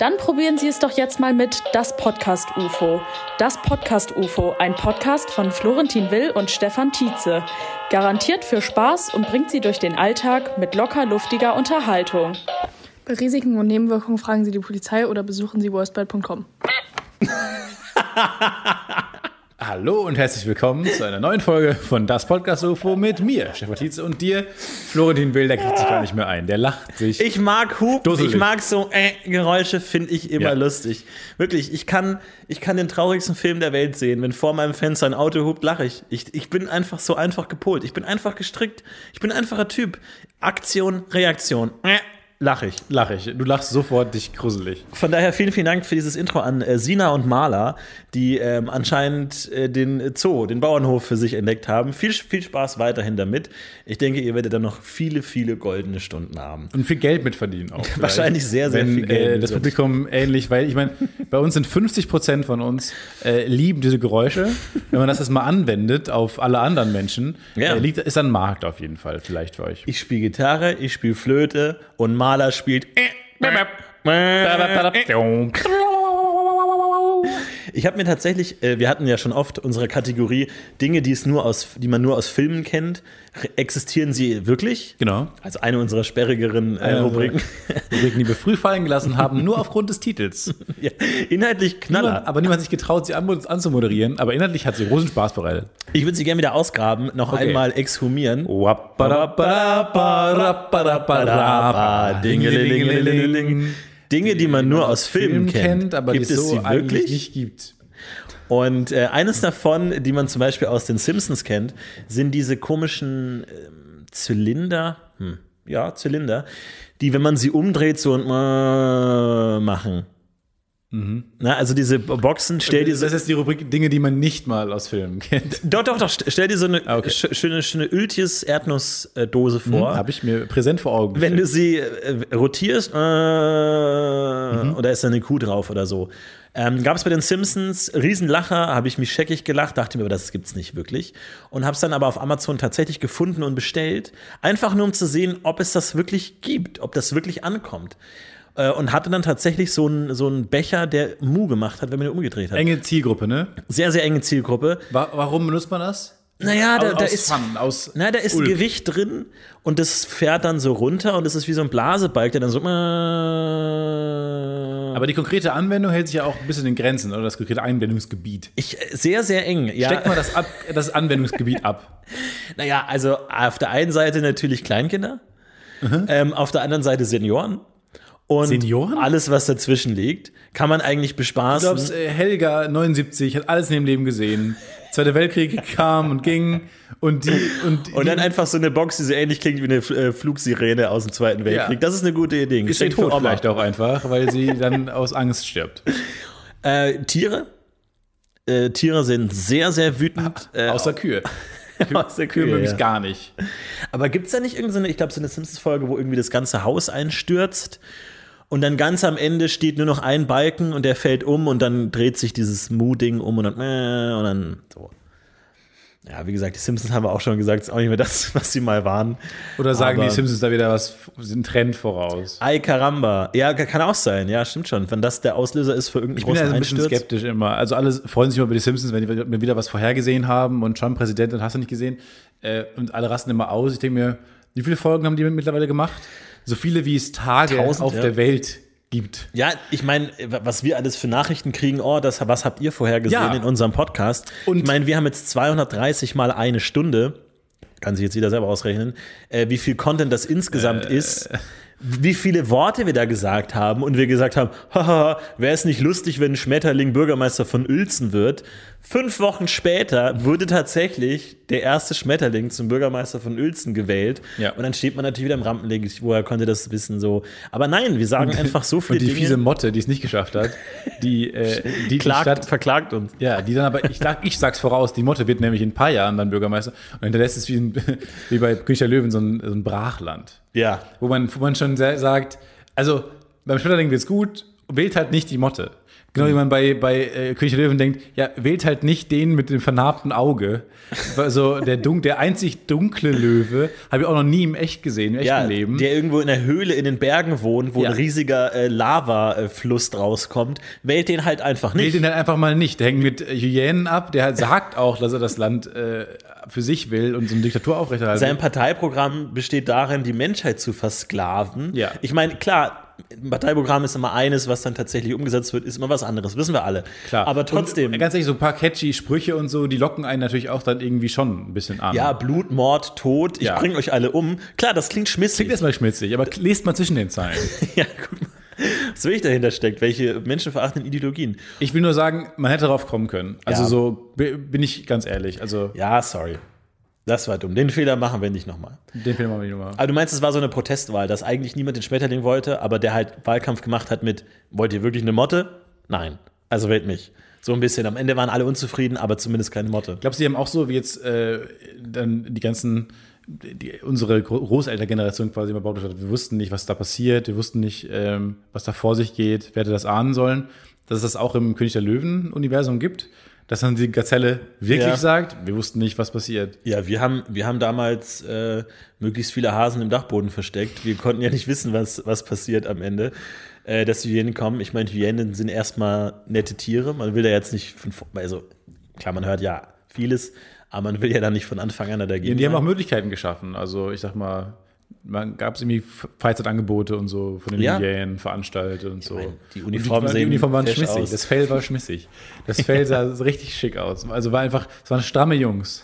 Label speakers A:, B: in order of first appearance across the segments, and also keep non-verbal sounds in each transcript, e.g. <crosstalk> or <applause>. A: Dann probieren Sie es doch jetzt mal mit Das Podcast UFO. Das Podcast UFO, ein Podcast von Florentin Will und Stefan Tietze. Garantiert für Spaß und bringt Sie durch den Alltag mit locker luftiger Unterhaltung.
B: Bei Risiken und Nebenwirkungen fragen Sie die Polizei oder besuchen Sie worstbad.com.
C: Hallo und herzlich willkommen zu einer neuen Folge von Das Podcast UFO mit mir, Stefan Tietze und dir. Florentin Will, der kriegt sich gar nicht mehr ein. Der lacht sich.
D: Ich mag Hupen,
C: Dusselig.
D: ich mag so äh, Geräusche, finde ich immer
C: Ja.
D: lustig. Wirklich, ich kann, ich kann den traurigsten Film der Welt sehen. Wenn vor meinem Fenster ein Auto hupt, lache ich. ich. Ich bin einfach so einfach gepolt. Ich bin einfach gestrickt. Ich bin ein einfacher Typ. Aktion, Reaktion. Äh, lache ich.
C: lache ich. Du lachst sofort dich gruselig.
D: Von daher vielen, vielen Dank für dieses Intro an äh, Sina und Marla, die ähm, anscheinend äh, den Zoo, den Bauernhof für sich entdeckt haben. Viel, viel Spaß weiterhin damit. Ich denke, ihr werdet dann noch viele, viele goldene Stunden haben.
C: Und viel Geld mitverdienen auch. vielleicht.
D: Wahrscheinlich sehr, sehr
C: Wenn,
D: viel Geld
C: Äh, das
D: mitverdienen.
C: Publikum ähnlich, weil ich meine, bei uns sind 50 Prozent von uns äh, lieben diese Geräusche. Wenn man das jetzt mal anwendet auf alle anderen Menschen,
D: Ja.
C: äh, liegt, ist ein Markt auf jeden Fall vielleicht für euch.
D: Ich spiele Gitarre, ich spiele Flöte und Maler spielt. Ich habe mir tatsächlich, äh, wir hatten ja schon oft unsere Kategorie Dinge, die es nur aus, die man nur aus Filmen kennt, re- existieren sie wirklich?
C: Genau.
D: Also eine unserer sperrigeren äh,
C: Also,
D: Rubriken. <laughs>
C: Rubriken, die wir früh fallen gelassen haben, nur aufgrund des Titels.
D: ja, inhaltlich
C: Niemand,
D: Knaller.
C: aber niemand hat sich getraut, sie an, anzumoderieren, aber inhaltlich hat sie großen Spaß bereitet.
D: Ich würde sie gerne wieder ausgraben, noch
C: Okay.
D: einmal exhumieren.
C: Dinge,
D: Dinge, die man nur aus Filmen kennt,
C: aber
D: gibt
C: die
D: es
C: so
D: sie wirklich?
C: nicht gibt.
D: Und äh, eines davon, die man zum Beispiel aus den Simpsons kennt, sind diese komischen ähm, Zylinder. Hm. Ja, Zylinder, die, wenn man sie umdreht, so und äh, machen. Na, also diese Boxen, stell dir
C: Mhm. Das
D: so.
C: ist die Rubrik Dinge, die man nicht mal aus Filmen kennt.
D: Doch, doch, doch, stell dir so eine
C: Ah, okay.
D: sch schöne, schöne Ultis-Erdnussdose vor.
C: Habe ich mir präsent vor Augen.
D: Wenn du
C: gestellt.
D: sie äh, rotierst, äh, oder ist da eine Kuh drauf oder so. Ähm, Gab es bei den Simpsons Riesenlacher, habe ich mich scheckig gelacht, dachte mir, aber das gibt's nicht wirklich. Und habe es dann aber auf Amazon tatsächlich gefunden und bestellt. Einfach nur, um zu sehen, ob es das wirklich gibt, ob das wirklich ankommt. Äh, und hatte dann tatsächlich so einen so einen Becher, der Mu gemacht hat, wenn man ihn umgedreht hat.
C: enge Zielgruppe, ne?
D: Sehr, sehr enge Zielgruppe.
C: Wa- Warum benutzt man das?
D: Naja, da,
C: Aus-
D: da
C: aus
D: ist.
C: Fun, aus
D: Na, da ist ein
C: Ulk.
D: Gewicht drin und das fährt dann so runter und es ist wie so ein Blasebalg, der dann so. äh, Aber
C: Aber die konkrete Anwendung hält sich ja auch ein bisschen in Grenzen, oder das konkrete Anwendungsgebiet.
D: ich, äh, sehr, sehr eng. Ja,
C: Steckt mal das, ab, das Anwendungsgebiet ab.
D: naja, also auf der einen Seite natürlich Kleinkinder, ähm, auf der anderen Seite Senioren. Und
C: Mhm. Senioren?
D: alles, was dazwischen liegt, kann man eigentlich
C: Du glaubst,
D: bespaßen.
C: äh, Helga 79 hat alles in ihrem Leben gesehen. Zweiter <laughs> Weltkrieg kam und ging und die und,
D: Und dann
C: äh, die,
D: einfach so eine Box, die so ähnlich klingt wie eine äh, Flugsirene aus dem Zweiten Weltkrieg. Das ist eine gute Idee.
C: ist sie
D: Geschenk von
C: tot
D: Oma.
C: vielleicht auch einfach, weil sie dann aus Angst stirbt.
D: Äh, Tiere? Äh, Tiere sind sehr, sehr wütend.
C: <laughs>
D: Äh,
C: Außer Kühe.
D: <laughs> Außer
C: Kühe
D: Kühe,
C: mögen
D: ja.
C: es gar nicht.
D: Aber gibt es da nicht irgendeine, ich glaube, so eine Simpsons-Folge, wo irgendwie das ganze Haus einstürzt Und dann ganz am Ende steht nur noch ein Balken und der fällt um und dann dreht sich dieses Mu-Ding um und dann, äh, und dann so. Ja, wie gesagt, die Simpsons haben wir auch schon gesagt, ist auch nicht mehr das, was sie mal waren.
C: Oder sagen
D: Aber-
C: die Simpsons da wieder was, sind Trend voraus?
D: Ay Caramba. Ja, kann auch sein. Ja, stimmt schon. Wenn das der Auslöser ist für irgendeinen
C: Ich bin
D: großen
C: ja so ein bisschen
D: Einsturz.
C: skeptisch immer. Also alle freuen sich immer über die Simpsons, wenn die mir wieder was vorhergesehen haben und Trump Präsident und hast du nicht gesehen. Äh, und alle rasten immer aus. Ich denke mir, wie viele Folgen haben die mittlerweile gemacht? So viele, wie es Tage
D: Tausend,
C: auf
D: ja.
C: der Welt gibt.
D: Ja, ich meine, was wir alles für Nachrichten kriegen, oh, das, was habt ihr vorher gesehen
C: Ja.
D: in unserem Podcast?
C: Und-
D: ich meine, wir haben jetzt 230 mal eine Stunde, kann sich jetzt jeder selber ausrechnen, äh, wie viel Content das insgesamt
C: Äh.
D: ist, wie viele Worte wir da gesagt haben und wir gesagt haben, <laughs> haha, wäre es nicht lustig, wenn ein Schmetterling Bürgermeister von Uelzen wird? Fünf Wochen später wurde tatsächlich der erste Schmetterling zum Bürgermeister von Uelzen gewählig gewählt.
C: Ja.
D: Und dann steht man natürlich wieder im Rampenlicht, woher konnte das wissen so. Aber nein, wir sagen einfach so viele
C: Und die
D: Dinge.
C: fiese Motte, die es nicht geschafft hat, die,
D: <laughs>
C: äh, die, die
D: klagt,
C: Stadt
D: verklagt uns.
C: Ja, die dann aber, ich, sag, ich sag's voraus, die Motte wird nämlich in ein paar Jahren dann Bürgermeister und hinterlässt es wie, ein, <laughs> wie bei König der Löwen so ein, so ein Brachland.
D: Ja.
C: Wo man, wo man schon sehr, sagt, also beim Schmetterling wird's gut, wählt halt nicht die Motte. Genau wie man bei, bei äh, König der Löwen denkt, ja, wählt halt nicht den mit dem vernarbten Auge. Also der, dun der einzig dunkle Löwe habe ich auch noch nie im echt gesehen, im echten
D: Ja,
C: Leben.
D: der irgendwo in der Höhle in den Bergen wohnt, wo
C: Ja.
D: ein riesiger äh, Lava-Fluss draus kommt, wählt den halt einfach
C: Wählt
D: nicht.
C: ihn halt einfach mal nicht. Der hängt mit äh, Hyänen ab, der halt sagt auch, dass er das Land äh, für sich will und so eine Diktatur aufrechterhalten will.
D: Sein Parteiprogramm besteht darin, die Menschheit zu versklaven.
C: Ja.
D: Ich meine, klar, ein Parteiprogramm ist immer eines, was dann tatsächlich umgesetzt wird, ist immer was anderes, wissen wir alle.
C: Klar.
D: Aber trotzdem.
C: Und, ganz ehrlich, so ein paar catchy Sprüche und so, die locken einen natürlich auch dann irgendwie schon ein bisschen an.
D: ja, Blut, Mord, Tod, ich
C: Ja.
D: bring euch alle um. Klar, das klingt schmissig.
C: Klingt erstmal schmitzig, aber lest mal zwischen den Zeilen.
D: <laughs> ja, guck mal, was wirklich dahinter steckt, welche menschenverachtenden Ideologien.
C: Ich will nur sagen, man hätte darauf kommen können. Also
D: Ja.
C: so bi- bin ich ganz ehrlich. Also
D: Ja, sorry. Das war dumm. Den Fehler machen wir nicht nochmal.
C: den Film haben wir nochmal.
D: Aber du meinst, es war so eine Protestwahl, dass eigentlich niemand den Schmetterling wollte, aber der halt Wahlkampf gemacht hat mit, wollt ihr wirklich eine Motte? Nein. Also wählt mich. So ein bisschen. Am Ende waren alle unzufrieden, aber zumindest keine Motte.
C: Glaubst du, die haben auch so wie jetzt äh, dann die ganzen die, unsere Gro- Großelterngeneration quasi immer behauptet hat, wir wussten nicht, was da passiert, wir wussten nicht, ähm, was da vor sich geht, wer hätte das ahnen sollen, dass es das auch im König der Löwen-Universum gibt, dass dann die Gazelle wirklich
D: Ja.
C: sagt, wir wussten nicht, was passiert.
D: Ja, wir haben, wir haben damals äh, möglichst viele Hasen im Dachboden versteckt. Wir konnten ja nicht wissen, was, was passiert am Ende, äh, dass Hyänen kommen. Ich meine, Hyänen sind erstmal nette Tiere. Man will da jetzt nicht von, vor- also klar, man hört ja vieles, aber man will ja da nicht von Anfang an dagegen.
C: Ja, die haben
D: sein.
C: auch Möglichkeiten geschaffen. Also ich sag mal, man gab es irgendwie F- Freizeitangebote und so von den
D: Ja.
C: Hyänen veranstaltet und so.
D: die Uniformen
C: und die, die
D: sehen
C: Uniformen waren
D: fesch
C: schmissig.
D: aus.
C: Das Fell war schmissig. Das Fell sah richtig schick aus. Also war einfach, es waren stramme Jungs.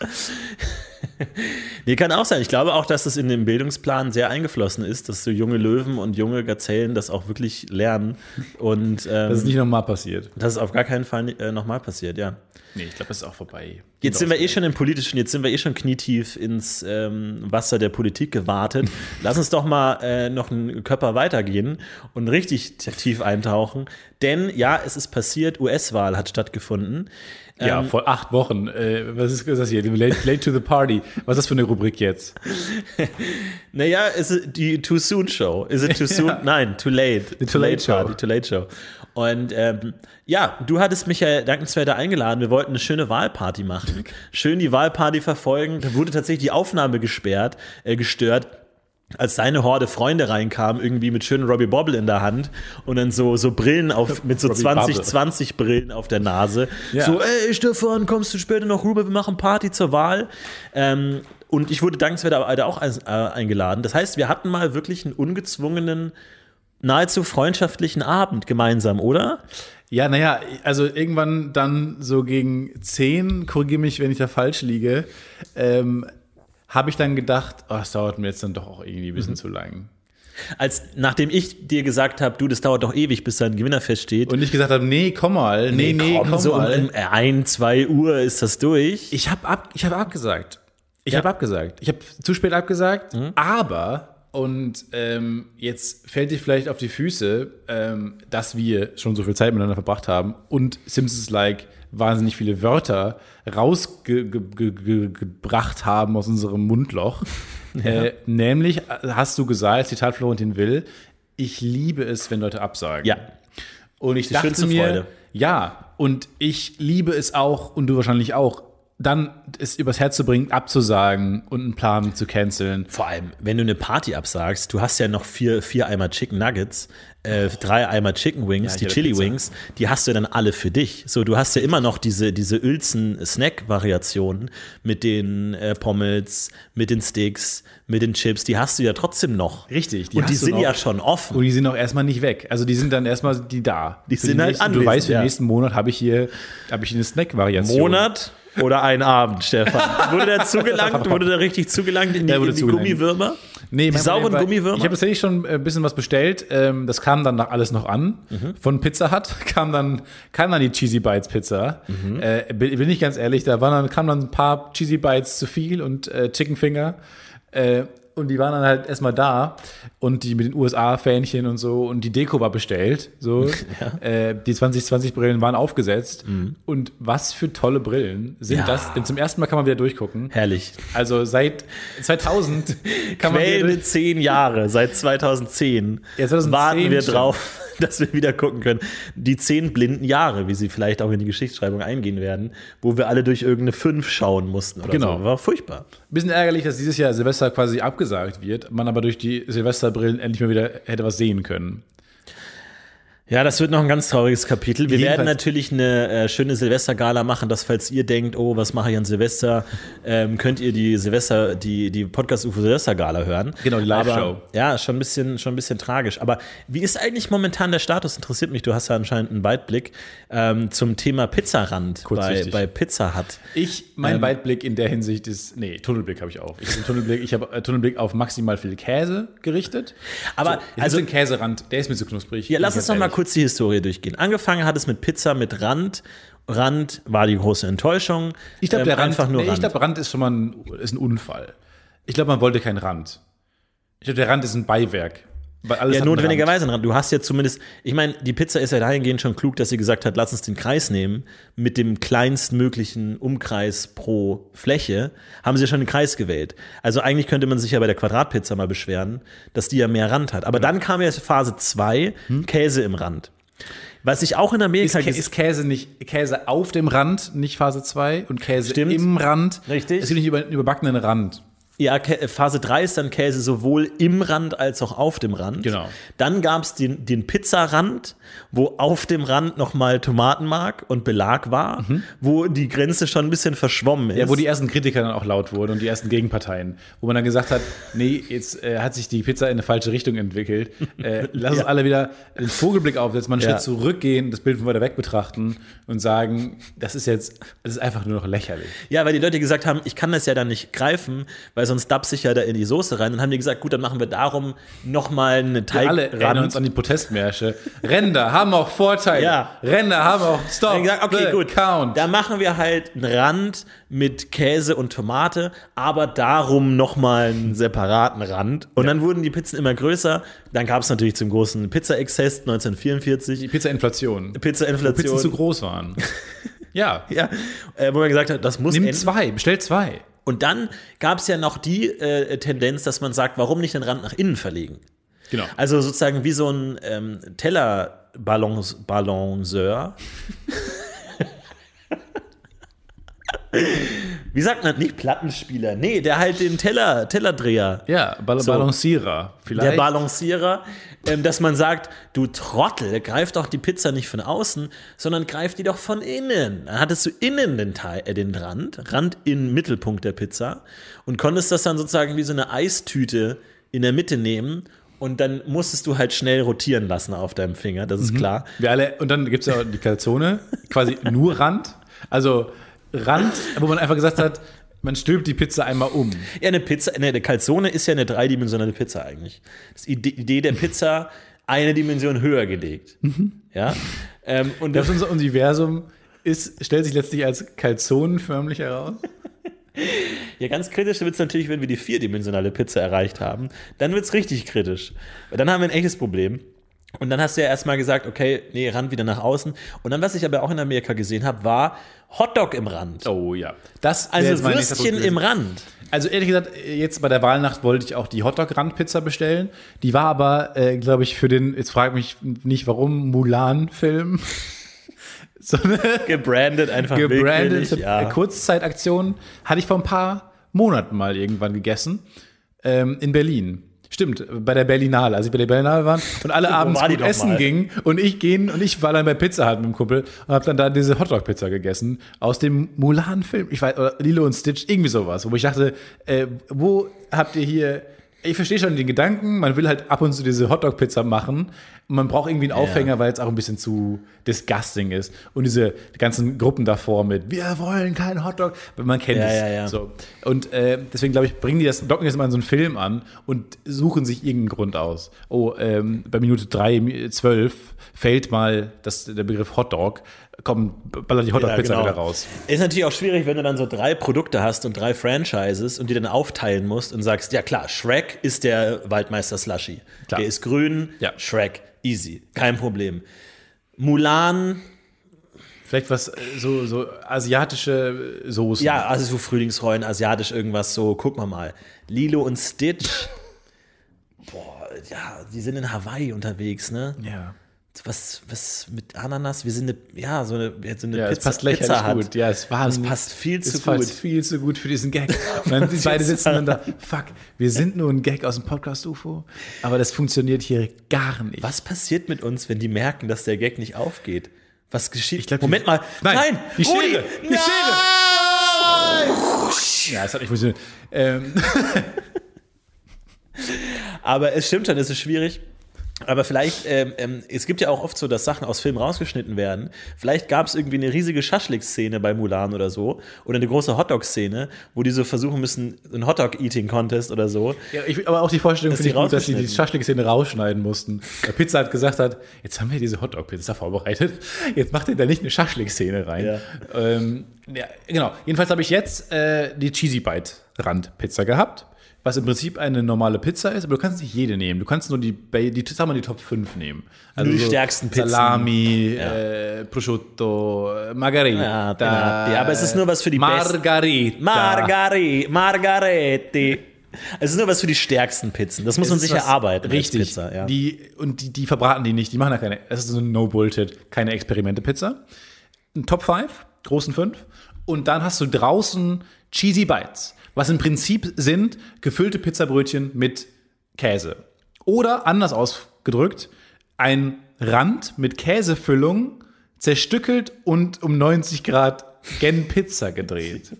D: Nee, kann auch sein. Ich glaube auch, dass das in dem Bildungsplan sehr eingeflossen ist, dass so junge Löwen und junge Gazellen das auch wirklich lernen. Und ähm,
C: Das ist nicht nochmal passiert.
D: das ist auf gar keinen Fall äh, nochmal passiert, ja.
C: Nee, ich glaube, das ist auch vorbei.
D: Jetzt sind wir eh schon im Politischen, jetzt sind wir eh schon knietief ins ähm, Wasser der Politik
C: <laughs>
D: gewartet. Lass uns doch mal äh, noch einen Körper weitergehen und richtig t- tief eintauchen. Denn ja, es ist passiert, US-Wahl hat stattgefunden. eh
C: Ja, vor acht Wochen. Äh, was ist das hier? Late, late to the party. Was ist das für eine Rubrik jetzt?
D: Naja, ist es die Too Soon Show?
C: <laughs>
D: Is it too soon? Nein, too late.
C: Die Too Late Show.
D: war Die Too Late Show. Und ähm, ja, du hattest mich ja dankenswerter eingeladen. Wir wollten eine schöne
C: <laughs>
D: Wahlparty machen. Schön die Wahlparty verfolgen. Da wurde tatsächlich die Aufnahme gesperrt, äh, gestört. Als seine Horde Freunde reinkam, irgendwie mit schönen Robbie Bobble in der Hand und dann so, so
C: <laughs>
D: Brillen auf, mit so
C: Robbie
D: 20,
C: Bubble.
D: 20 Brillen auf der Nase.
C: Ja.
D: So, ey, Stefan, kommst du später noch rüber? Wir machen Party zur Wahl. Ähm, und ich wurde dankenswerterweise auch ein- äh, eingeladen. Das heißt, wir hatten mal wirklich einen ungezwungenen, nahezu freundschaftlichen Abend gemeinsam, oder?
C: Ja, naja, also irgendwann dann so gegen 10, korrigiere mich, wenn ich da falsch liege, ähm, habe ich dann gedacht, oh, das dauert mir jetzt dann doch auch irgendwie ein bisschen zu lang.
D: Als nachdem ich dir gesagt habe, du, das dauert doch ewig, bis da ein Gewinner feststeht.
C: Und ich gesagt habe, nee, komm mal, nee, nee, komm,
D: so um
C: mal.
D: ähm, ein, zwei Uhr ist das durch.
C: Ich habe ab, ich hab abgesagt. Ich habe abgesagt. Ich habe zu spät abgesagt, aber, und ähm, jetzt fällt dir vielleicht auf die Füße, ähm, dass wir schon so viel Zeit miteinander verbracht haben und Simpsons Like wahnsinnig viele Wörter rausgebracht ge, ge, gebracht haben aus unserem Mundloch. Äh, nämlich äh, hast du gesagt, Zitat Florentin Will, ich liebe es, wenn Leute absagen.
D: Ja.
C: Und ich
D: die
C: dachte
D: schönste
C: mir,
D: Freude.
C: ja, und ich liebe es auch und du wahrscheinlich auch, dann es übers Herz zu bringen, abzusagen und einen Plan zu canceln.
D: Vor allem, wenn du eine Party absagst, du hast ja noch vier, vier Eimer Chicken Nuggets, äh, drei Eimer Chicken Wings,
C: ich
D: die
C: hätte
D: Chili
C: Pizza.
D: Wings, die hast du ja dann alle für dich. So, du hast ja immer noch diese, diese Ölzen-Snack-Variationen mit den äh, Pommels, mit den Sticks, mit den Chips, die hast du ja trotzdem noch.
C: Richtig, die
D: die Und die
C: hast du
D: sind
C: noch.
D: ja schon offen.
C: Und die sind auch erstmal nicht weg. Also die sind dann erstmal die da.
D: Die
C: Für
D: sind
C: den
D: halt
C: nächsten, Du
D: anwesend,
C: weißt, für
D: ja.
C: den nächsten Monat habe ich hier, habe ich eine Snack-Variation.
D: Monat oder ein Abend, <laughs> Stefan? Wurde der zugelangt? Wurde der richtig zugelangt in die,
C: Der wurde
D: in die
C: zugelangt.
D: Gummiwürmer?
C: Nee,
D: die
C: mein Problem
D: sauren
C: war,
D: Gummiwürmer?
C: Ich habe tatsächlich schon äh, ein bisschen was bestellt. Ähm, Das kam dann noch alles noch an. Von Pizza Hut <laughs> kam dann, kam dann die Cheesy Bites Pizza. Äh, bin, bin ich ganz ehrlich, da waren dann, kamen dann ein paar Cheesy Bites zu viel und äh, Chicken Finger. Äh, und die waren dann halt erstmal da und die mit den USA-Fähnchen und so und die Deko war bestellt. So.
D: <laughs>
C: äh, die 2020-Brillen waren aufgesetzt. Und was für tolle Brillen sind
D: Mhm. Ja.
C: das? Denn zum ersten Mal kann man wieder durchgucken.
D: Herrlich.
C: Also seit
D: <laughs>
C: 2000 kann man wieder durch-
D: Quäle zehn Jahre, seit 2010,
C: Ja, 2010
D: warten wir
C: schon.
D: drauf, <laughs> dass wir wieder gucken können. Die zehn blinden Jahre, wie sie vielleicht auch in die Geschichtsschreibung eingehen werden, wo wir alle durch irgendeine fünf schauen mussten oder
C: Genau.
D: so. War furchtbar.
C: Bisschen ärgerlich, dass dieses Jahr Silvester quasi abgesagt wird, man aber durch die Silvesterbrillen endlich mal wieder hätte was sehen können.
D: Ja, das wird noch ein ganz trauriges Kapitel. Wir
C: Jedenfalls-
D: werden natürlich eine äh, schöne Silvestergala machen, dass falls ihr denkt, oh, was mache ich an Silvester, ähm, könnt ihr die Silvester, die, die Podcast-UFO Silvestergala hören.
C: Genau, die Live-Show.
D: Aber- Ja, schon ein, bisschen, schon ein bisschen tragisch. Aber wie ist eigentlich momentan der Status? Interessiert mich, du hast ja anscheinend einen Weitblick ähm, zum Thema Pizzarand bei,
C: Kurzsichtig.
D: bei Pizza Hut.
C: Ich, mein Ähm, Weitblick in der Hinsicht ist, nee, Tunnelblick habe ich auch. Ich habe Tunnelblick, ich habe äh, Tunnelblick auf maximal viel Käse gerichtet.
D: Aber,
C: ich also
D: also-
C: den Käserand, der ist mir zu knusprig.
D: Ja, lass
C: bin ich
D: uns noch mal
C: ehrlich.
D: kurz die Historie durchgehen. Angefangen hat es mit Pizza mit Rand. Rand war die große Enttäuschung.
C: Ich glaube, der
D: Ähm,
C: Rand,
D: einfach nur
C: nee,
D: Rand.
C: Ich glaube, Rand ist schon mal ein, ist ein Unfall. Ich glaube, man wollte keinen Rand. Ich glaube, der Rand ist ein Beiwerk. Weil alles
D: Ja,
C: hat einen
D: notwendigerweise. Rand. Du hast ja zumindest, ich meine, die Pizza ist ja dahingehend schon klug, dass sie gesagt hat, lass uns den Kreis nehmen mit dem kleinstmöglichen Umkreis pro Fläche. Haben sie ja schon den Kreis gewählt. Also eigentlich könnte man sich ja bei der Quadratpizza mal beschweren, dass die ja mehr Rand hat. Aber
C: Genau.
D: dann kam ja Phase 2, Käse im Rand. Was ich auch in
C: Hm? Ist,
D: Amerika
C: Kä-
D: ges-
C: ist Käse nicht Käse auf dem Rand, nicht Phase 2 und Käse
D: Stimmt.
C: im Rand.
D: Richtig.
C: Es gibt nicht über einen überbackenen Rand.
D: Ja, Kä- äh, Phase 3 ist dann Käse sowohl im Rand als auch auf dem Rand.
C: Genau.
D: Dann gab's den, den Pizzarand, wo auf dem Rand nochmal Tomatenmark und Belag war, wo die Grenze schon ein bisschen verschwommen ist.
C: Mhm. Ja, wo die ersten Kritiker dann auch laut wurden und die ersten Gegenparteien, wo man dann gesagt hat, nee, jetzt äh, hat sich die Pizza in eine falsche Richtung entwickelt.
D: <laughs>
C: Äh, lass uns alle wieder den Vogelblick aufsetzen, mal einen
D: Ja.
C: Schritt zurückgehen, das Bild von weiter weg betrachten und sagen, das ist jetzt, das ist einfach nur noch lächerlich.
D: ja, weil die Leute gesagt haben, ich kann das ja dann nicht greifen, weil sonst dapse ich ja da in die Soße rein. Dann haben die gesagt, gut, dann machen wir darum nochmal eine
C: Wir alle erinnern uns
D: Teigrand.
C: an die Protestmärsche. Ränder haben auch Vorteile.
D: Ja.
C: Ränder haben auch Stop.
D: Dann gesagt, okay,
C: the
D: gut,
C: Count.
D: da machen wir halt einen Rand mit Käse und Tomate, aber darum nochmal einen separaten Rand. Und dann wurden die Pizzen immer größer. Dann gab es natürlich zum großen Pizza-Exzess
C: Die
D: 1944,
C: Pizza-Inflation. Pizzen zu
D: Pizza-Inflation.
C: groß <laughs> waren. ja.
D: Ja, äh, wo man gesagt hat, das muss
C: Nimm
D: enden.
C: zwei, bestell zwei.
D: Und dann gab es ja noch die äh, Tendenz, dass man sagt, warum nicht den Rand nach innen verlegen?
C: Genau.
D: Also sozusagen wie so ein ähm, Tellerbalanceur. wie sagt man, nicht Plattenspieler, nee, der halt den Teller, Tellerdreher,
C: Ja, Bal
D: So.
C: Balancierer vielleicht.
D: der Balancierer, ähm, dass man sagt, du Trottel, greif doch die Pizza nicht von außen, sondern greif die doch von innen. Dann hattest du innen den, Teil, äh, den Rand, Rand in Mittelpunkt der Pizza und konntest das dann sozusagen wie so eine Eistüte in der Mitte nehmen und dann musstest du halt schnell rotieren lassen auf deinem Finger, das ist klar.
C: Wir alle, und dann gibt es ja auch die Calzone, quasi nur Rand. Also Rand, wo man einfach gesagt hat, man stülpt die Pizza einmal um.
D: Ja, eine Pizza, ne, eine Calzone ist ja eine dreidimensionale Pizza eigentlich. Das ist die Idee- Idee der Pizza eine Dimension höher gelegt. Ja. Ähm, und
C: Das unser Universum ist, stellt sich letztlich als Calzone förmlich heraus.
D: Ja, ganz kritisch wird es natürlich, wenn wir die vierdimensionale Pizza erreicht haben. Dann wird es richtig kritisch. Dann haben wir ein echtes Problem. Und dann hast du ja erstmal gesagt, okay, nee, Rand wieder nach außen. Und dann, was ich aber auch in Amerika gesehen habe, war Hotdog im Rand.
C: Oh ja. Das wäre
D: also
C: jetzt mein nächster Punkt
D: Würstchen
C: gewesen.
D: im Rand.
C: Also ehrlich gesagt, jetzt bei der Wahlnacht wollte ich auch die Hotdog-Randpizza bestellen. Die war aber, äh, glaube ich, für den, jetzt frag mich nicht warum, Mulan-Film. <laughs> so eine
D: Gebrandet einfach willkürlich,
C: gebrandete
D: ja.
C: Kurzzeitaktion hatte ich vor ein paar Monaten mal irgendwann gegessen. Ähm, in Berlin. Stimmt, bei der Berlinale, als ich bei der Berlinale war und
D: <laughs>
C: alle abends
D: war die
C: gut
D: doch
C: essen
D: mal?
C: gingen und ich gehen und ich war dann bei Pizza Hut mit dem Kumpel und habe dann da diese Hotdog Pizza gegessen aus dem Mulan Film, ich weiß oder Lilo und Stitch, irgendwie sowas, wo ich dachte, äh, wo habt ihr hier ich verstehe schon den Gedanken, man will halt ab und zu diese Hotdog-Pizza machen. Und man braucht irgendwie einen Aufhänger, weil es auch ein bisschen zu disgusting ist. Und diese ganzen Gruppen davor mit, wir wollen keinen Hotdog. weil Man kennt
D: Ja,
C: es.
D: ja, ja.
C: So. Und äh, deswegen glaube ich, bringen die das, docken das mal in so einen Film an und suchen sich irgendeinen Grund aus. Oh, ähm, bei Minute 3, 12 fällt mal das, der Begriff Hotdog. Komm, baller die Hotdog-Pizza wieder raus.
D: genau. Ist natürlich auch schwierig, wenn du dann so drei Produkte hast und drei Franchises und die dann aufteilen musst und sagst, ja klar, Shrek ist der Waldmeister Slushy.
C: Klar.
D: Der ist grün,
C: Ja.
D: Shrek, easy, kein Problem. Mulan,
C: Vielleicht was äh, so, so asiatische Soßen.
D: ja, also so Frühlingsrollen, asiatisch irgendwas so, guck mal mal. Lilo
C: <laughs>
D: und Stitch, boah, ja, die sind in Hawaii unterwegs, ne?
C: Ja.
D: Was, was mit Ananas? Wir sind eine, ja, so eine, so eine
C: Ja,
D: Pizza,
C: es passt lächerlich
D: Pizza Hut.
C: gut. Ja, es war
D: Das
C: ein-
D: passt viel
C: es
D: zu
C: passt
D: gut.
C: viel zu gut für diesen Gag. Und
D: <laughs>
C: dann die beide sitzen dann da, fuck, wir sind nur ein Gag aus dem Podcast UFO, aber das funktioniert hier gar nicht.
D: Was passiert mit uns, wenn die merken, dass der Gag nicht aufgeht? Was geschieht?
C: Ich glaub, die-
D: Moment mal.
C: Nein,
D: Nein!
C: die Schere,
D: Rudi,
C: die
D: nein!
C: Ja, das hat nicht funktioniert. Ähm,
D: Aber es stimmt schon, es ist schwierig. Aber vielleicht, ähm, ähm, es gibt ja auch oft so, dass Sachen aus Filmen rausgeschnitten werden. Vielleicht gab es irgendwie eine riesige Schaschlik-Szene bei Mulan oder so. Oder eine große Hotdog-Szene, wo die so versuchen müssen, einen Hotdog-Eating-Contest oder so.
C: ja, ich, aber auch die Vorstellung
D: Dass
C: finde
D: die
C: ich gut, dass sie die
D: rausgeschnitten.
C: Schaschlik-Szene rausschneiden mussten. Weil Pizza hat gesagt hat, jetzt haben wir diese Hotdog-Pizza vorbereitet, jetzt macht ihr da nicht eine Schaschlik-Szene rein.
D: Ja.
C: Ähm, ja, genau. Jedenfalls habe ich jetzt äh, die Cheesy Bite Randpizza gehabt, was im Prinzip eine normale Pizza ist, aber du kannst nicht jede nehmen. Du kannst nur die, Ba- die sagen wir die Top 5 nehmen. Also
D: Nur die stärksten Pizzen.
C: Salami, äh, Prosciutto, äh, Margarita.
D: Ja, den habt ihr. Aber es ist nur was für die Besten.
C: Margarita.
D: Margari, Margaretti. Es ist nur was für die stärksten Pizzen. Das muss man
C: Es ist
D: sich
C: was-
D: erarbeiten. als
C: Richtig.
D: Pizza, ja.
C: die, und die, die verbraten die nicht. Die machen da keine. Es ist so eine No-Bullshit, keine Experimente-Pizza. Ein Top 5, großen 5. Und dann hast du draußen Cheesy Bites, was im Prinzip sind gefüllte Pizzabrötchen mit Käse. Oder anders ausgedrückt, ein Rand mit Käsefüllung zerstückelt und um 90 Grad gen Pizza gedreht.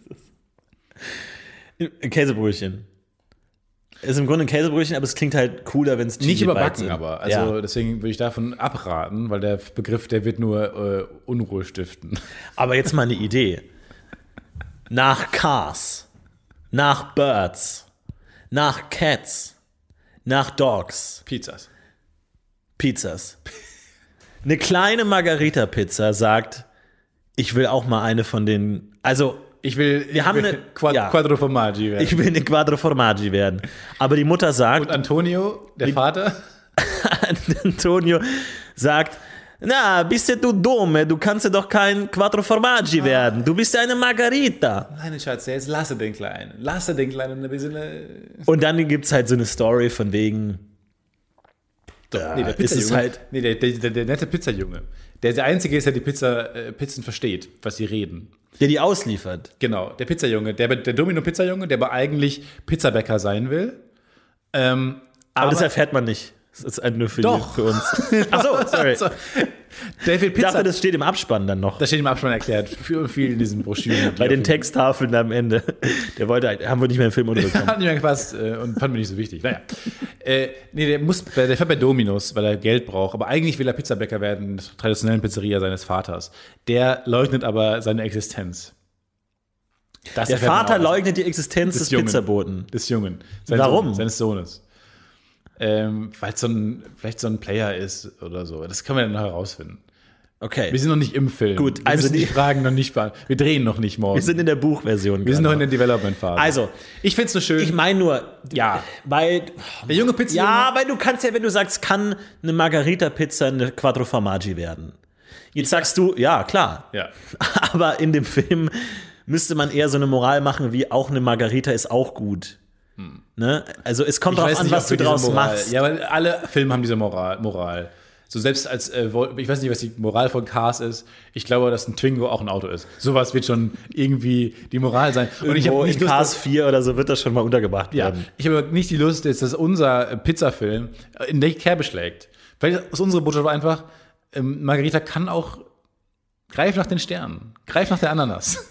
D: Ein Käsebrötchen. Ist im Grunde ein Käsebrötchen, aber es klingt halt cooler, wenn es Cheesy
C: Nicht
D: Bites
C: überbacken,
D: sind.
C: aber. Also
D: ja.
C: deswegen würde ich davon abraten, weil der Begriff, der wird nur äh, Unruhe stiften.
D: aber jetzt mal eine Idee. Nach Cars, nach Birds, nach Cats, nach Dogs,
C: Pizzas.
D: Pizzas. Eine kleine Margarita-Pizza sagt, ich will auch mal eine von den. Also,
C: Ich will.
D: Wir haben
C: ich will
D: eine-
C: Quad,
D: ja.
C: Quattro Formaggi werden.
D: ich will eine Quattro Formaggi werden. Aber die Mutter sagt,
C: Und Antonio, der Vater,
D: <laughs> Antonio sagt, na, bist ja du dumm, du kannst ja doch kein Quattro
C: Ah.
D: Formaggi werden, du bist ja eine Margarita.
C: nein, Schatz, jetzt lasse den Kleinen. Lasse den Kleinen ein bisschen. äh,
D: Und dann gibt es halt so eine Story von wegen, da
C: Nee, der
D: ist es
C: Pizzajunge.
D: halt,
C: nee, der, der, der, der nette Pizzajunge. Der, der Einzige ist, der die Pizza, äh, Pizzen versteht, was sie reden.
D: der die ausliefert.
C: Genau, der Pizzajunge. Der, der Domino-Pizzajunge, der aber eigentlich Pizzabäcker sein will. Ähm,
D: Aber, das erfährt man nicht. Das ist halt nur für,
C: Doch.
D: für
C: <laughs>
D: uns. Ach so, sorry.
C: So, David
D: Ich
C: Pizza.
D: dachte, das steht im Abspann dann noch.
C: Das steht im Abspann erklärt. Für viel in diesen Broschüren. die
D: Bei den
C: auf jeden-
D: Texttafeln am Ende. Der wollte, halt- haben wir nicht
C: <laughs>
D: mehr im Film unterbekommen.
C: Hat nicht mehr gepasst äh, und fand mir nicht so wichtig. Naja. Äh, nee, der, muss, bei- der fährt bei Dominos, weil er Geld braucht. Aber eigentlich will er Pizzabäcker werden, in der traditionellen Pizzeria seines Vaters. Der leugnet aber seine Existenz. Das
D: Der
C: erfährt man
D: Vater
C: auch
D: leugnet die Existenz
C: Des
D: des,
C: Jungen.
D: Pizzaboten.
C: Des Jungen. Seines
D: Warum?
C: Sohnes, seines Sohnes. Ähm, Weil es so ein, vielleicht so ein Player ist oder so. Das können wir dann noch herausfinden.
D: Okay.
C: Wir sind noch nicht im Film.
D: Gut,
C: wir
D: also
C: müssen die
D: die-
C: Fragen noch nicht beantworten. Wir drehen noch nicht morgen.
D: Wir sind in der Buchversion.
C: Wir sind noch
D: gerade.
C: in der Development-Phase.
D: Also,
C: ich finde es so schön.
D: Ich meine nur,
C: Ja.
D: weil.
C: der junge Pizza.
D: Ja, aber du kannst ja, wenn du sagst, kann eine Margarita-Pizza eine Quattro Formaggi werden. Jetzt sagst du, ja, klar. <laughs>
C: Ja.
D: Aber in dem Film müsste man eher so eine Moral machen, wie auch eine Margarita ist auch gut.
C: Hm.
D: Ne? Also, es kommt
C: Ich
D: drauf
C: weiß
D: an,
C: nicht,
D: was
C: ob
D: du
C: wir diese
D: draus
C: Moral,
D: machst.
C: Ja, weil alle Filme haben diese Moral. Moral. So selbst als, äh, Vol- ich weiß nicht, was die Moral von Cars ist. Ich glaube, dass ein Twingo auch ein Auto ist. Sowas wird schon irgendwie die Moral sein. Und ich
D: Irgendwo
C: habe
D: in
C: nicht Lust,
D: Cars 4 oder so wird das schon mal untergebracht
C: Ja,
D: werden.
C: ich habe aber nicht die Lust, jetzt, dass unser äh, Pizzafilm äh, in die Kerbe schlägt. Vielleicht ist unsere Botschaft einfach, ähm, Margarita kann auch greif nach den Sternen, greif nach der Ananas,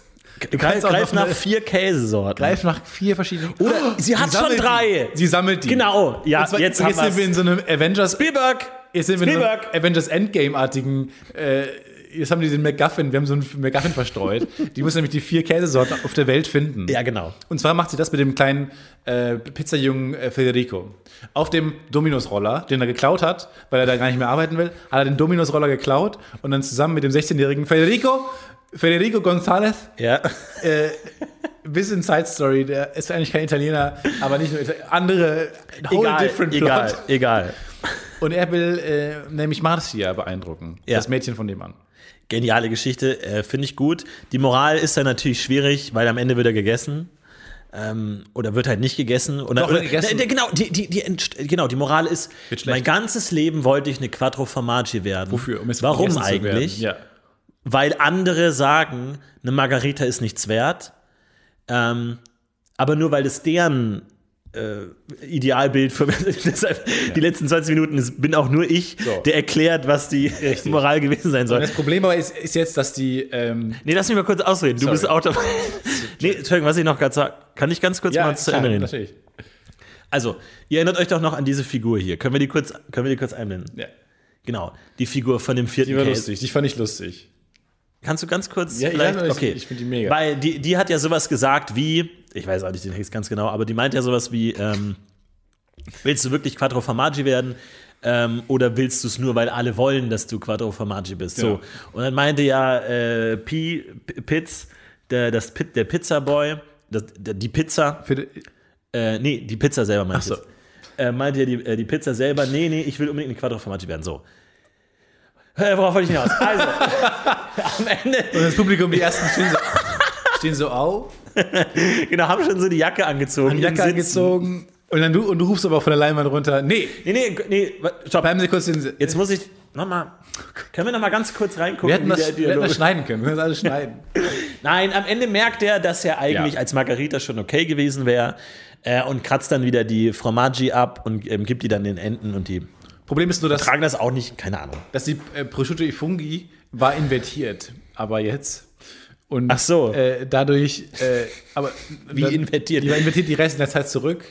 D: Du
C: kannst auch
D: greif
C: noch
D: nach
C: eine-
D: vier Käsesorten.
C: greif nach vier verschiedenen. Oh,
D: Oder sie hat schon
C: sammelt
D: drei.
C: Die. Sie sammelt die.
D: Genau, ja,
C: Und zwar,
D: jetzt
C: jetzt,
D: haben wir's.
C: sind wir in so einem Avengers.
D: Spielberg!
C: Jetzt sind wir in so einem
D: Spielberg!
C: Avengers Endgame-artigen. Äh, jetzt haben die den McGuffin. Wir haben so einen McGuffin verstreut. die muss nämlich die vier Käsesorten auf der Welt finden.
D: Ja, genau.
C: Und zwar macht sie das mit dem kleinen äh, Pizzajungen äh, Federico. Auf dem Dominos-Roller, den er geklaut hat, weil er da gar nicht mehr arbeiten will, hat er den Dominos-Roller geklaut und dann zusammen mit dem 16-jährigen Federico, Federico González,
D: Ja.
C: bisschen Side Story, der ist eigentlich kein Italiener, aber nicht nur Italiener, andere, whole
D: egal,
C: different plot.
D: egal, egal.
C: Und er will äh, nämlich Marcia beeindrucken,
D: Ja.
C: das Mädchen von dem an.
D: Geniale Geschichte, äh, finde ich gut. Die Moral ist dann natürlich schwierig, weil am Ende wird er gegessen. Ähm, oder wird halt nicht gegessen. Oder,
C: Doch,
D: oder,
C: wird gegessen.
D: Ne, genau, die, die, die, entst- genau, die Moral ist,
C: Wird schlecht.
D: mein ganzes Leben wollte ich eine Quattro Formaggi werden.
C: Wofür? Um es
D: Warum
C: vergessen zu
D: eigentlich?
C: werden. Ja.
D: Weil andere sagen, eine Margarita ist nichts wert. Ähm, aber nur weil es deren äh, Idealbild für <laughs> deshalb die letzten 20 Minuten ist, bin auch nur ich,
C: So.
D: der erklärt, was die Moral gewesen sein
C: Und
D: soll.
C: das Problem aber ist, ist jetzt, dass die ähm,
D: Nee, lass mich mal kurz ausreden. Du
C: Sorry.
D: bist Autor.
C: <laughs>
D: nee, Entschuldigung, was ich noch gerade sage. Kann ich ganz kurz mal zu Ende reden?
C: natürlich.
D: Also, ihr erinnert euch doch noch an diese Figur hier. Können wir die kurz, können wir die kurz einblenden?
C: Ja.
D: Genau, die Figur von dem vierten
C: Die war
D: Case.
C: lustig, die fand ich lustig.
D: Kannst du ganz kurz
C: Ja, ja,
D: vielleicht?
C: aber ich-
D: okay.
C: ich find die mega.
D: Weil die, die hat ja sowas gesagt wie, ich weiß auch nicht den Text ganz genau, aber die meint ja sowas wie, ähm, willst du wirklich Quattro Formaggi werden? Ähm, oder willst du es nur, weil alle wollen, dass du Quattro Formaggi bist? So.
C: Genau.
D: Und dann meinte ja äh, P, P, Pitz, der, das Pit, der Pizzaboy, das, der, die Pizza,
C: Für,
D: äh, nee, die Pizza selber meinte
C: so.
D: ich. jetzt. Äh, meinte ja die, äh, die Pizza selber, nee, nee, ich will unbedingt eine Quattro Formaggi werden. So. Äh, worauf wollte ich hinaus? Also, <laughs> am Ende
C: das Publikum, die ersten stehen so, stehen so auf,
D: Genau, haben schon so die Jacke angezogen.
C: die Jacke
D: im Sitzen.
C: angezogen. Und, dann du, und du rufst aber von der Leinwand runter, nee,
D: Nee, nee, nee, wa- stopp.
C: bleiben Sie kurz den
D: Jetzt muss ich nochmal. Können wir nochmal ganz kurz reingucken?
C: wir hätten,
D: wie
C: das,
D: der
C: wir hätten
D: Dialog-
C: das schneiden können, wir hätten das
D: <laughs>
C: alles schneiden.
D: Nein, am Ende merkt er, dass er eigentlich
C: Ja.
D: als Margarita schon okay gewesen wäre äh, und kratzt dann wieder die Fromaggi ab und ähm, gibt die dann den Enten und die
C: Problem ist nur, dass,
D: tragen das auch nicht, keine Ahnung.
C: dass die äh, Prosciutto e Fungi war invertiert, aber jetzt. Und
D: Ach so.
C: äh, dadurch, äh, aber
D: <laughs> Wie invertiert?
C: Die war invertiert, die Rest der Zeit zurück.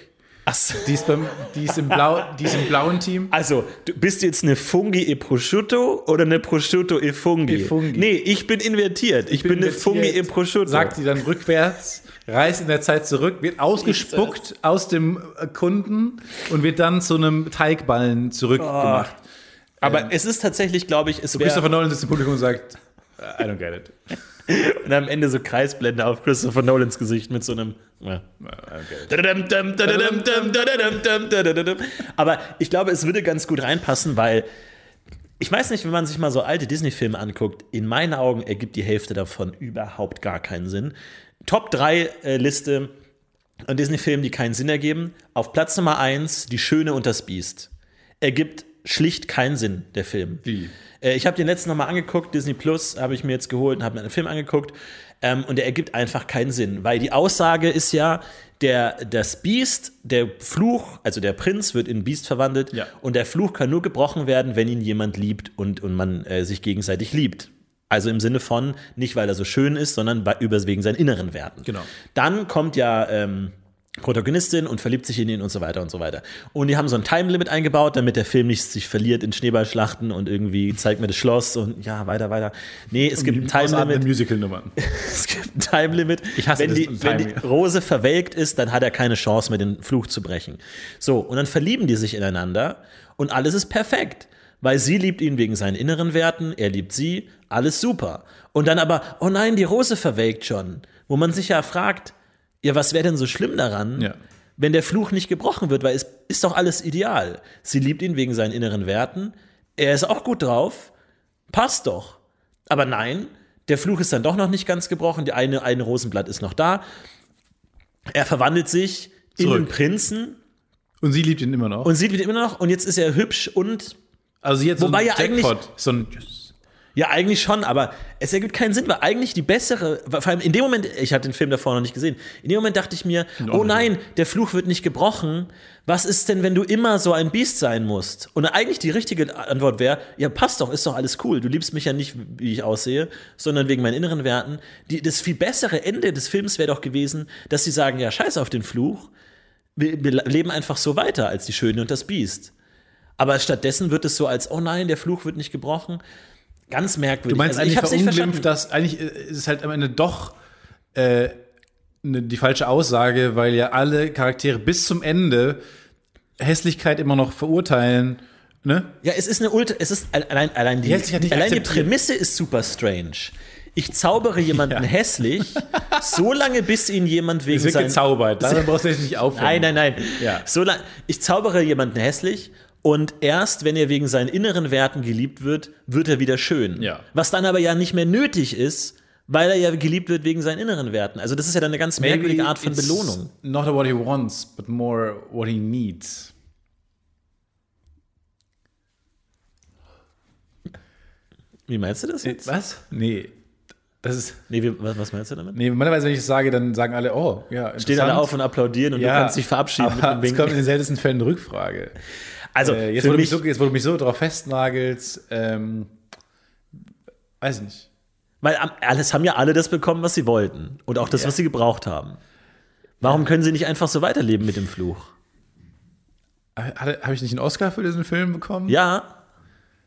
D: Ach so.
C: Die ist, beim, die ist, im, Blau, die ist im blauen Team.
D: Also, du bist jetzt eine Fungi e Prosciutto oder eine Prosciutto e Fungi?
C: E fungi.
D: Nee, ich bin invertiert. Ich, bin, eine
C: invertiert,
D: Fungi e Prosciutto.
C: Sagt sie dann rückwärts, reißt in der Zeit zurück, wird ausgespuckt aus dem äh, Kunden und wird dann zu einem Teigballen zurückgemacht.
D: Oh, Aber es ist tatsächlich, glaube ich, es wäre
C: Christopher Nolan sitzt im Publikum und sagt, I don't get it.
D: <laughs> Und am Ende so Kreisblende auf Christopher Nolans Gesicht mit so einem. Ja. Dadadam, dam, dadadam, dam, dadadam, dam, dadadam. Aber ich glaube, es würde ganz gut reinpassen, weil ich weiß nicht, wenn man sich mal so alte Disney-Filme anguckt, in meinen Augen ergibt die Hälfte davon überhaupt gar keinen Sinn. Top 3 äh, Liste an Disney-Filmen, die keinen Sinn ergeben. Auf Platz Nummer 1 Die Schöne und das Biest. Ergibt schlicht keinen Sinn, der Film.
C: Wie?
D: Äh, ich habe den letzten nochmal angeguckt, Disney Plus habe ich mir jetzt geholt und habe mir einen Film angeguckt. Ähm, und der ergibt einfach keinen Sinn, weil die Aussage ist ja, der, das Biest, der Fluch, also der Prinz wird in Biest verwandelt
C: Ja.
D: und der Fluch kann nur gebrochen werden, wenn ihn jemand liebt und, und man äh, sich gegenseitig liebt. Also im Sinne von, nicht weil er so schön ist, sondern bei, über, wegen seinen inneren Werten.
C: Genau.
D: Dann kommt ja ähm, Protagonistin und verliebt sich in ihn und so weiter und so weiter. Und die haben so ein Time-Limit eingebaut, damit der Film nicht sich verliert in Schneeballschlachten und irgendwie zeigt mir das Schloss und ja, weiter, weiter. Nee, es gibt ein
C: Ausatmende
D: Time-Limit.
C: Musical-Nummern.
D: <laughs> Es gibt ein Time-Limit.
C: Ich hasse
D: wenn
C: das
D: die,
C: Time-
D: wenn die Rose verwelkt ist, dann hat er keine Chance mehr, den Fluch zu brechen. So, und dann verlieben die sich ineinander und alles ist perfekt. Weil sie liebt ihn wegen seinen inneren Werten, er liebt sie, alles super. Und dann aber, oh nein, die Rose verwelkt schon. Wo man sich ja fragt, ja, was wäre denn so schlimm daran,
C: Ja.
D: wenn der Fluch nicht gebrochen wird, weil es ist doch alles ideal. Sie liebt ihn wegen seinen inneren Werten, er ist auch gut drauf, passt doch. Aber nein, der Fluch ist dann doch noch nicht ganz gebrochen, die eine, ein Rosenblatt ist noch da. Er verwandelt sich in
C: Zurück.
D: den Prinzen
C: Und sie liebt ihn immer noch.
D: und sieht ihn immer noch und jetzt ist er hübsch und
C: also sie hat
D: Wobei ja
C: so einen
D: eigentlich-
C: Jackpot. So ein,
D: Ja, eigentlich schon, aber es ergibt keinen Sinn, weil eigentlich die bessere, vor allem in dem Moment, ich habe den Film davor noch nicht gesehen, in dem Moment dachte ich mir, oh nein, der Fluch wird nicht gebrochen. Was ist denn, wenn du immer so ein Biest sein musst? Und eigentlich die richtige Antwort wäre, ja, passt doch, ist doch alles cool. Du liebst mich ja nicht, wie ich aussehe, sondern wegen meinen inneren Werten. Die, das viel bessere Ende des Films wäre doch gewesen, dass sie sagen, ja, scheiß auf den Fluch. Wir, wir leben einfach so weiter als die Schöne und das Biest. Aber stattdessen wird es so als, oh nein, der Fluch wird nicht gebrochen. Ganz merkwürdig.
C: du meinst
D: Also, ich hab's
C: eigentlich
D: nicht
C: verunglimpft,
D: verstanden.
C: dass eigentlich äh, ist es halt am Ende doch äh, ne, die falsche Aussage, weil ja alle Charaktere bis zum Ende Hässlichkeit immer noch verurteilen. Ne?
D: Ja, es ist eine Ultra, es ist allein, allein die,
C: Die hässlich hat nicht
D: allein die
C: akzeptiert.
D: Prämisse ist super strange. Ich
C: <laughs>
D: zaubere jemanden hässlich, so lange, bis ihn jemand wegen
C: Es wird
D: seinen
C: gezaubert. Da brauchst du jetzt nicht aufhören.
D: Nein, nein, nein.
C: Ja.
D: So lang, ich zaubere jemanden hässlich und erst, wenn er wegen seinen inneren Werten geliebt wird, wird er wieder schön.
C: Ja.
D: Was dann aber ja nicht mehr nötig ist, weil er ja geliebt wird wegen seinen inneren Werten. Also das ist ja dann eine ganz merkwürdige Art von
C: it's
D: Belohnung.
C: Not what he wants, but more what he needs.
D: Wie meinst du das jetzt?
C: Was? Nee. Das ist.
D: Nee, wie, was, was meinst du damit?
C: Nee, normalerweise, wenn ich das sage, dann sagen alle, oh, ja,
D: Stehen alle
C: interessant.
D: auf und applaudieren und
C: ja,
D: du kannst dich verabschieden mit
C: Aber
D: dem
C: es kommt in
D: Winken.
C: den seltensten Fällen eine Rückfrage.
D: Also
C: Äh, jetzt,
D: für
C: wo du
D: mich,
C: mich so, jetzt, wo du mich so drauf festnagelst, ähm, weiß nicht.
D: weil am- alles haben ja alle das bekommen, was sie wollten und auch das, was sie gebraucht haben. Warum können sie nicht einfach so weiterleben mit dem Fluch?
C: Habe ich nicht einen Oscar für diesen Film bekommen?
D: Ja,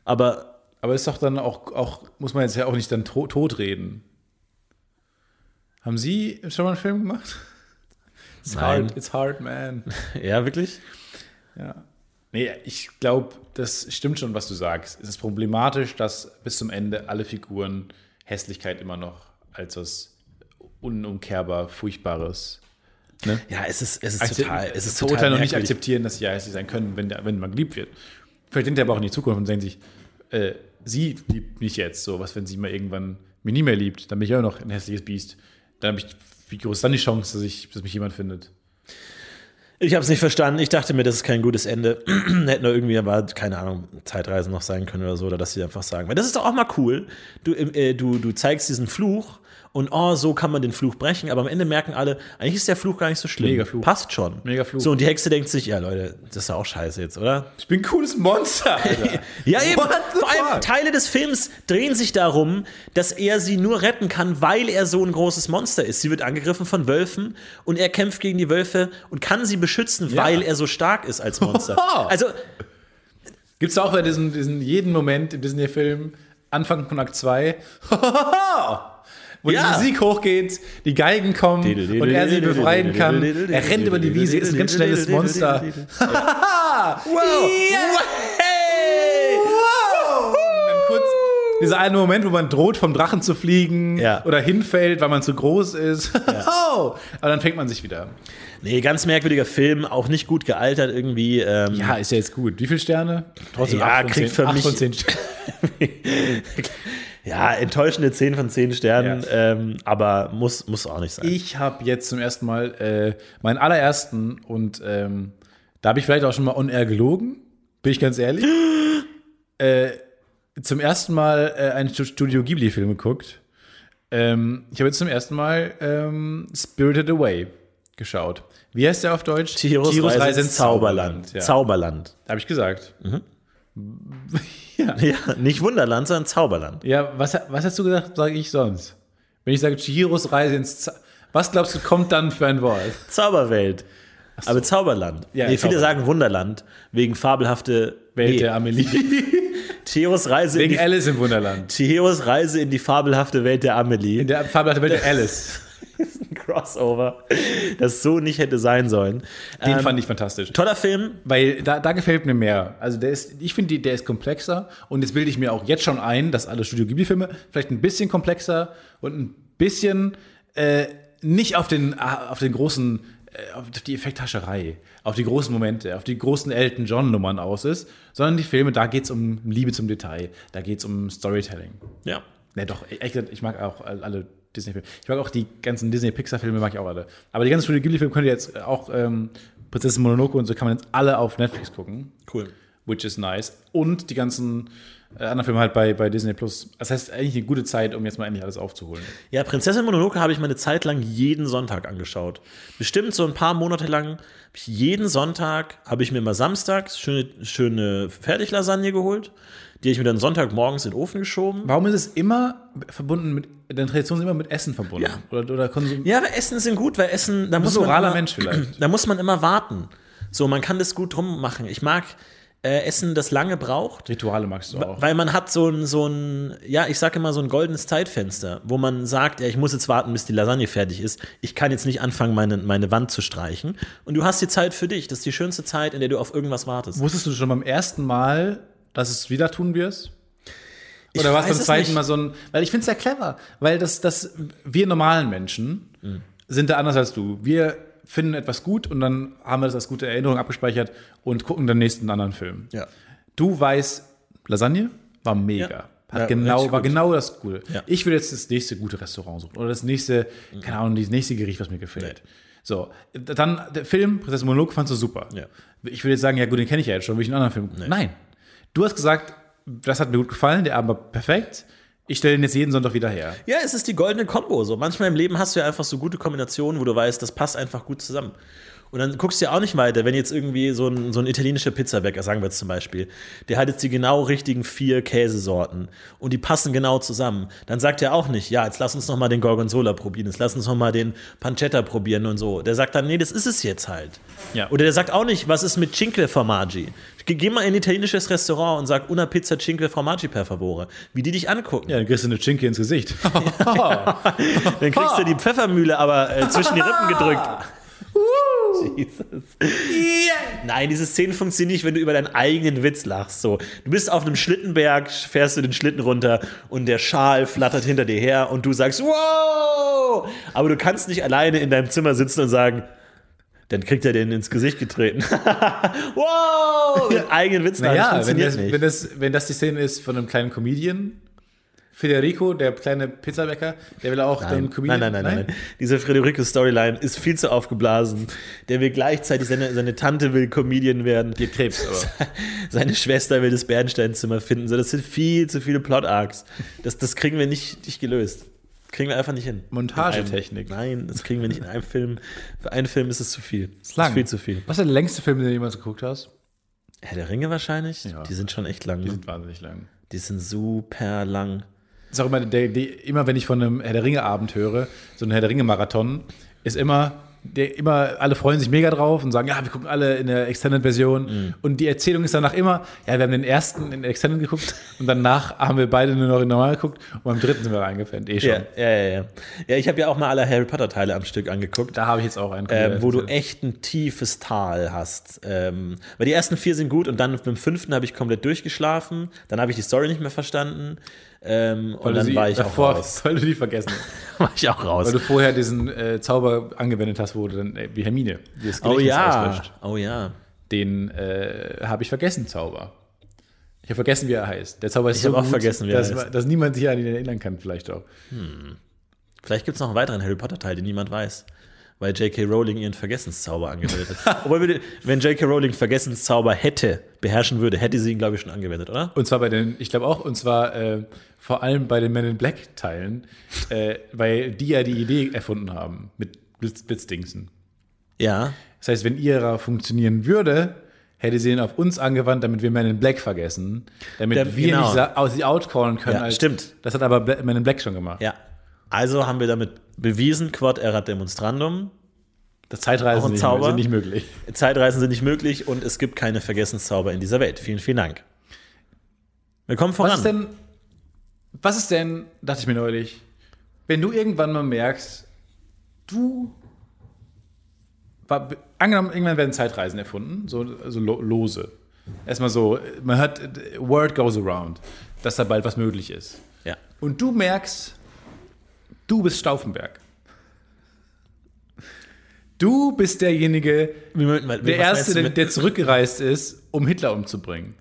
D: aber
C: Aber ist doch dann auch, auch muss man jetzt ja auch nicht dann to tot reden. Haben Sie schon mal einen Film gemacht? It's
D: Nein.
C: hard, it's hard,
D: <laughs>
C: man.
D: Ja, wirklich?
C: Ja. Nee, ich glaube, das stimmt schon, was du sagst. Es ist problematisch, dass bis zum Ende alle Figuren Hässlichkeit immer noch als was unumkehrbar Furchtbares
D: Ja, es ist, es ist
C: akzep-
D: total. Es ist total
C: verurteilen und nicht
D: merkwürdig.
C: akzeptieren, dass sie ja hässlich sein können, wenn, der- wenn man geliebt wird. Vielleicht denkt er aber auch in die Zukunft und denkt sich, äh, sie liebt mich jetzt. So, was, wenn sie mal irgendwann mich nie mehr liebt? Dann bin ich auch noch ein hässliches Biest. Dann habe ich, wie groß ist dann die Chance, dass, ich, dass mich jemand findet?
D: Ich habe es nicht verstanden. Ich dachte mir, das ist kein gutes Ende. <clears throat> Hätten da irgendwie aber, keine Ahnung, Zeitreisen noch sein können oder so, oder dass sie einfach sagen, weil das ist doch auch mal cool. Du, im- äh, du, du zeigst diesen Fluch und oh, so kann man den Fluch brechen, aber am Ende merken alle, eigentlich ist der Fluch gar nicht so schlimm.
C: Mega Fluch.
D: Passt schon.
C: Mega Fluch.
D: So, und die Hexe denkt sich, ja, Leute, das ist ja auch scheiße jetzt, oder?
C: Ich bin ein cooles Monster, <laughs> Alter.
D: Ja, eben.
C: What the
D: Vor allem
C: fuck?
D: Teile des Films drehen sich darum, dass er sie nur retten kann, weil er so ein großes Monster ist. Sie wird angegriffen von Wölfen und er kämpft gegen die Wölfe und kann sie beschützen, weil er so stark ist
C: <laughs>
D: als Monster. Also,
C: Gibt es auch bei diesen, diesen jeden Moment im Disney-Film, Anfang von Akt 2, <laughs> wo
D: Ja.
C: die Musik hochgeht, die Geigen kommen und er sie befreien kann. Er rennt über die Wiese, ist ein ganz schnelles
D: <laughs>
C: Monster.
D: wow! Hey!
C: Wow! Und dann kurz dieser eine Moment, wo man droht, vom Drachen zu fliegen
D: Ja.
C: oder hinfällt, weil man zu groß ist. <laughs> Oh. Aber dann fängt man sich wieder.
D: Nee, ganz merkwürdiger Film, auch nicht gut gealtert irgendwie. Ähm,
C: Ja, ist ja jetzt gut. Wie viele Sterne? Trotzdem
D: Ja,
C: acht von
D: kriegt
C: zehn.
D: für
C: Acht
D: mich-
C: von zehn Sterne.
D: ja, enttäuschende 10 von 10 Sternen,
C: Ja.
D: ähm, aber muss, muss auch nicht sein.
C: Ich habe jetzt zum ersten Mal äh, meinen allerersten und ähm, da habe ich vielleicht auch schon mal on air gelogen, bin ich ganz
D: <gasps>
C: ehrlich. äh, zum ersten Mal äh, einen Stu- Studio Ghibli-Film geguckt. Ähm, ich habe jetzt zum ersten Mal ähm, Spirited Away geschaut. Wie heißt der auf Deutsch?
D: Chihiros, Reise, ins Zauberland.
C: Ja.
D: Zauberland.
C: habe ich gesagt.
D: <laughs> Ja, nicht Wunderland, sondern Zauberland.
C: Ja, was, was hast du gesagt, sage ich sonst? Wenn ich sage Chihiros Reise ins Zauberland, was glaubst du, kommt dann für ein Wort?
D: Zauberwelt. Aber Zauberland.
C: Ja,
D: nee, viele
C: Zauberland.
D: sagen Wunderland wegen fabelhafte
C: Welt
D: nee,
C: der
D: <laughs>
C: Amelie.
D: Theos Reise
C: Wegen
D: in die,
C: Alice im Wunderland.
D: Theos Reise in die fabelhafte Welt der Amelie.
C: In der fabelhaften Welt der Alice.
D: Das ist ein <laughs> Crossover, das so nicht hätte sein sollen.
C: Den
D: Ähm,
C: fand ich fantastisch.
D: Toller Film,
C: Weil da, da gefällt mir mehr. Also der ist, ich finde, die- der ist komplexer und jetzt bilde ich mir auch jetzt schon ein, dass alle Studio Ghibli-Filme vielleicht ein bisschen komplexer und ein bisschen äh, nicht auf den, ah, auf den großen, äh, auf die Effekthascherei, auf die großen Momente, auf die großen Elton John-Nummern aus ist, sondern die Filme, da geht es um Liebe zum Detail, da geht es um Storytelling.
D: ja.
C: Ne, doch, ehrlich gesagt, ich mag auch alle Disney-Filme. Ich mag auch die ganzen Disney-Pixar-Filme, mag ich auch alle. Aber die ganzen Studio Ghibli-Filme könnt ihr jetzt auch, ähm, Prinzessin Mononoke und so kann man jetzt alle auf Netflix gucken,
D: Cool.
C: which is nice. Und die ganzen äh, anderen Filme halt bei, bei Disney Plus. Das heißt, eigentlich eine gute Zeit, um jetzt mal endlich alles aufzuholen.
D: Ja, Prinzessin Mononoke habe ich meine Zeit lang jeden Sonntag angeschaut. Bestimmt so ein paar Monate lang habe ich jeden Sonntag, habe ich mir immer samstags schöne, schöne Fertiglasagne geholt. Die habe ich mir dann Sonntagmorgens in den Ofen geschoben.
C: Warum ist es immer verbunden mit, deine Tradition ist immer mit Essen verbunden?
D: Ja.
C: Oder, oder Konsum.
D: Ja, aber Essen sind gut, weil Essen, da muss
C: bist ein
D: man
C: oraler
D: immer,
C: Mensch vielleicht.
D: <clears throat> Da muss man immer warten. So, man kann das gut drum machen. Ich mag äh, Essen, das lange braucht.
C: Rituale magst du auch.
D: Weil man hat so ein, so ein, ja, ich sage immer so ein goldenes Zeitfenster, wo man sagt, ja, ich muss jetzt warten, bis die Lasagne fertig ist. Ich kann jetzt nicht anfangen, meine, meine Wand zu streichen. Und du hast die Zeit für dich. Das ist die schönste Zeit, in der du auf irgendwas wartest.
C: Wusstest du schon beim ersten Mal, dass es wieder tun wirst? Oder war
D: Ich
C: es
D: weiß
C: beim
D: es
C: zweiten
D: nicht.
C: Mal so ein. Weil ich finde es ja clever, weil das, das, wir normalen Menschen
D: Mhm.
C: sind da anders als du. Wir finden etwas gut und dann haben wir das als gute Erinnerung abgespeichert und gucken den nächsten anderen Film.
D: Ja.
C: Du weißt, Lasagne war mega.
D: Ja.
C: Hat
D: Ja, richtig
C: genau, war
D: gut.
C: genau das Gute.
D: Ja.
C: Ich würde jetzt das nächste gute Restaurant suchen oder das nächste, keine Ahnung, das nächste Gericht, was mir gefällt. So, dann der Film, Prinzessin Monolog, fandst du super.
D: Ja.
C: Ich würde jetzt sagen, ja gut, den kenne ich ja jetzt schon, will ich einen anderen Film gucken. Nein. Du hast gesagt, das hat mir gut gefallen, der Abend war perfekt. Ich stelle den jetzt jeden Sonntag wieder her.
D: Ja, es ist die goldene Kombo. So manchmal im Leben hast du ja einfach so gute Kombinationen, wo du weißt, das passt einfach gut zusammen. Und dann guckst du ja auch nicht weiter, wenn jetzt irgendwie so ein, so ein italienischer Pizzabäcker, sagen wir jetzt zum Beispiel, der hat jetzt die genau richtigen vier Käsesorten und die passen genau zusammen. Dann sagt er auch nicht, ja, jetzt lass uns nochmal den Gorgonzola probieren, jetzt lass uns nochmal den Pancetta probieren und so. Der sagt dann, nee, das ist es jetzt halt.
C: Ja.
D: Oder der sagt auch nicht, was ist mit Cinque Formaggi? Geh geh mal in ein italienisches Restaurant und sag, una pizza Cinque Formaggi per favore. Wie die dich angucken.
C: Ja, dann kriegst du eine Chinke ins <laughs> Gesicht.
D: <laughs> Dann kriegst du die Pfeffermühle aber äh, zwischen die
C: <laughs>
D: Rippen gedrückt. Jesus. Nein, diese Szene funktioniert nicht, wenn du über deinen eigenen Witz lachst. So, du bist auf einem Schlittenberg, fährst du den Schlitten runter und der Schal flattert hinter dir her und du sagst, wow! Aber du kannst nicht alleine in deinem Zimmer sitzen und sagen, dann kriegt er den ins Gesicht getreten. <laughs> wow! Mit eigenen Witz lachen,
C: naja,
D: das
C: wenn
D: funktioniert
C: das,
D: nicht.
C: wenn, das, wenn das die Szene ist von einem kleinen Comedian, Federico, der kleine Pizzabäcker, der will auch
D: Nein.
C: den Comedian.
D: Nein, nein, nein, nein, nein. Diese Frederico-Storyline ist viel zu aufgeblasen. Der will gleichzeitig, seine, seine Tante will Comedian werden,
C: Die hat Krebs,
D: <laughs>
C: aber.
D: seine Schwester will das Bernsteinzimmer finden. So, das sind viel zu viele Plot-Arcs. Das, das kriegen wir nicht, nicht gelöst. Kriegen wir einfach nicht hin.
C: Montagetechnik.
D: In einem- Nein, das kriegen wir nicht in einem Film. Für einen Film ist es zu viel. Ist
C: lang.
D: viel zu viel.
C: Was ist der längste Film, den du jemals geguckt hast?
D: Herr der Ringe wahrscheinlich?
C: Ja.
D: Die sind schon echt lang.
C: Die
D: Ne?
C: sind wahnsinnig lang.
D: Die sind super lang.
C: Ist auch immer, der, der, immer wenn ich von einem Herr der Ringe-Abend höre, so ein Herr der Ringe-Marathon, ist immer, der, immer, alle freuen sich mega drauf und sagen, ja, wir gucken alle in der Extended-Version.
D: Mhm.
C: Und die Erzählung ist danach immer, ja, wir haben den ersten in der Extended geguckt und danach haben wir beide nur noch in normal geguckt und beim dritten sind wir reingefallen. Eh schon.
D: Ja, ja, ja, ja. Ja, ich habe ja auch mal alle Harry Potter-Teile am Stück angeguckt.
C: Da habe ich jetzt auch einen.
D: äh, wo du echt ein tiefes Tal hast. Ähm, weil die ersten vier sind gut und dann beim fünften habe ich komplett durchgeschlafen. Dann habe ich die Story nicht mehr verstanden. Ähm, und
C: weil du
D: dann
C: sie
D: war ich auch
C: davor, <laughs>
D: raus.
C: Weil du die vergessen hast.
D: <laughs> war ich auch
C: Weil
D: raus.
C: du vorher diesen äh, Zauber angewendet hast, wo du dann, äh, wie Hermine, die das
D: Oh
C: Gedächtnis
D: ja.
C: auslöscht.
D: Oh ja.
C: den äh, habe ich vergessen, Zauber. Ich habe vergessen, wie er heißt. Der Zauber ist
D: Ich
C: so
D: hab auch
C: gut,
D: vergessen, wie er
C: dass,
D: heißt.
C: dass niemand sich an ihn erinnern kann, vielleicht auch.
D: Vielleicht gibt es noch einen weiteren Harry Potter-Teil, den niemand weiß. Weil J.K. Rowling ihren Vergessenszauber angewendet
C: <laughs>
D: hat. Obwohl, würde- wenn J.K. Rowling Vergessenszauber hätte, beherrschen würde, hätte sie ihn, glaube ich, schon angewendet, oder?
C: Und zwar bei den, ich glaube auch, und zwar äh, vor allem bei den Men in Black Teilen, äh, weil die ja die Idee erfunden haben mit Blitz, Blitzdingsen.
D: Ja.
C: Das heißt, wenn ihrer funktionieren würde, hätte sie ihn auf uns angewandt, damit wir Men in Black vergessen, damit
D: Der-
C: wir
D: genau.
C: nicht sa- aus sie outcallen können.
D: Ja, stimmt.
C: Das hat aber Bla- Men in Black schon gemacht.
D: Ja. Also haben wir damit bewiesen, Quod erat demonstrandum.
C: Das
D: Auch ein
C: Zeitreisen sind nicht,
D: Zauber?
C: sind nicht möglich.
D: Zeitreisen sind nicht möglich und es gibt keine Vergessenszauber in dieser Welt. Vielen, vielen Dank. Wir kommen voran.
C: Was ist denn, was ist denn, dachte ich mir neulich, wenn du irgendwann mal merkst, du. War, angenommen, irgendwann werden Zeitreisen erfunden, so, so lo, lose. Erstmal so, man hört, äh, word goes around, dass da bald was möglich ist.
D: Ja.
C: Und du merkst, du bist Stauffenberg. Du bist derjenige,
D: Wie, Moment mal,
C: der
D: was
C: Erste,
D: meinst du
C: der,
D: mit-
C: der zurückgereist ist, um Hitler umzubringen.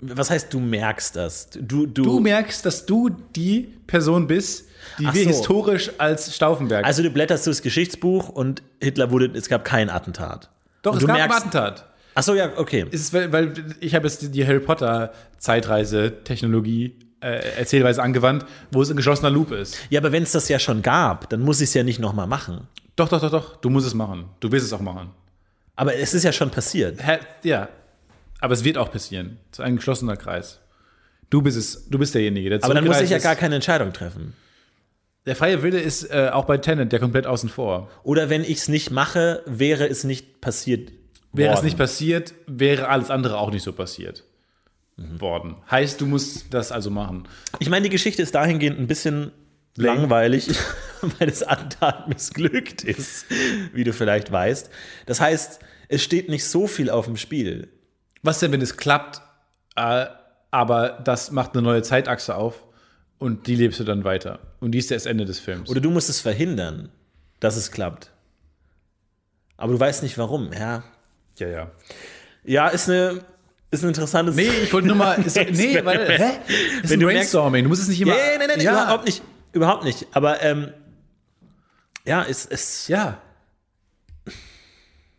D: was heißt, du merkst das? Du, du,
C: Du merkst, dass du die Person bist, die
D: Ach
C: wir
D: so.
C: historisch als Stauffenberg.
D: also du blätterst durchs Geschichtsbuch und Hitler wurde, es gab kein Attentat.
C: Doch,
D: und
C: es
D: du
C: gab ein
D: merkst-
C: Attentat.
D: Ach so, ja, okay.
C: Es Ist, weil, weil ich habe jetzt die- die Harry Potter Zeitreise-Technologie äh, erzählweise angewandt, wo es ein geschlossener Loop ist.
D: Ja, aber wenn es das ja schon gab, dann muss ich es ja nicht nochmal machen.
C: Doch, doch, doch, doch. Du musst es machen. Du wirst es auch machen.
D: Aber es ist ja schon passiert.
C: Hä? Ja. Aber es wird auch passieren. Es ist ein geschlossener Kreis. Du bist es. Du bist derjenige, der
D: Aber dann muss ich
C: zurückgereist
D: ja gar
C: ist.
D: keine Entscheidung treffen.
C: Der freie Wille ist äh, auch bei Tenet ja komplett außen vor.
D: Oder wenn ich es nicht mache, wäre es nicht passiert.
C: Wäre es
D: worden.
C: nicht passiert, wäre alles andere auch nicht so passiert
D: Mhm.
C: worden. Heißt, du musst das also machen.
D: Ich meine, die Geschichte ist dahingehend ein bisschen
C: Lame.
D: langweilig, <laughs> weil das Attentat missglückt ist, wie du vielleicht weißt. Das heißt, es steht nicht so viel auf dem Spiel.
C: Was denn, wenn es klappt, äh, aber das macht eine neue Zeitachse auf und die lebst du dann weiter. Und die ist das Ende des Films.
D: Oder du musst es verhindern, dass es klappt. Aber du weißt nicht warum, ja.
C: ja, ja.
D: Ja, ist eine, ist ein interessantes.
C: Nee, ich wollte nur
D: <laughs>
C: mal. Ist, nee, weil. Hä? Ist
D: Wenn
C: ein
D: du
C: Brainstorming. Du musst es nicht immer.
D: Ja, ja, nein, nein,
C: ja,
D: überhaupt nicht. Überhaupt nicht. Aber ähm, ja, es ist.
C: Ja.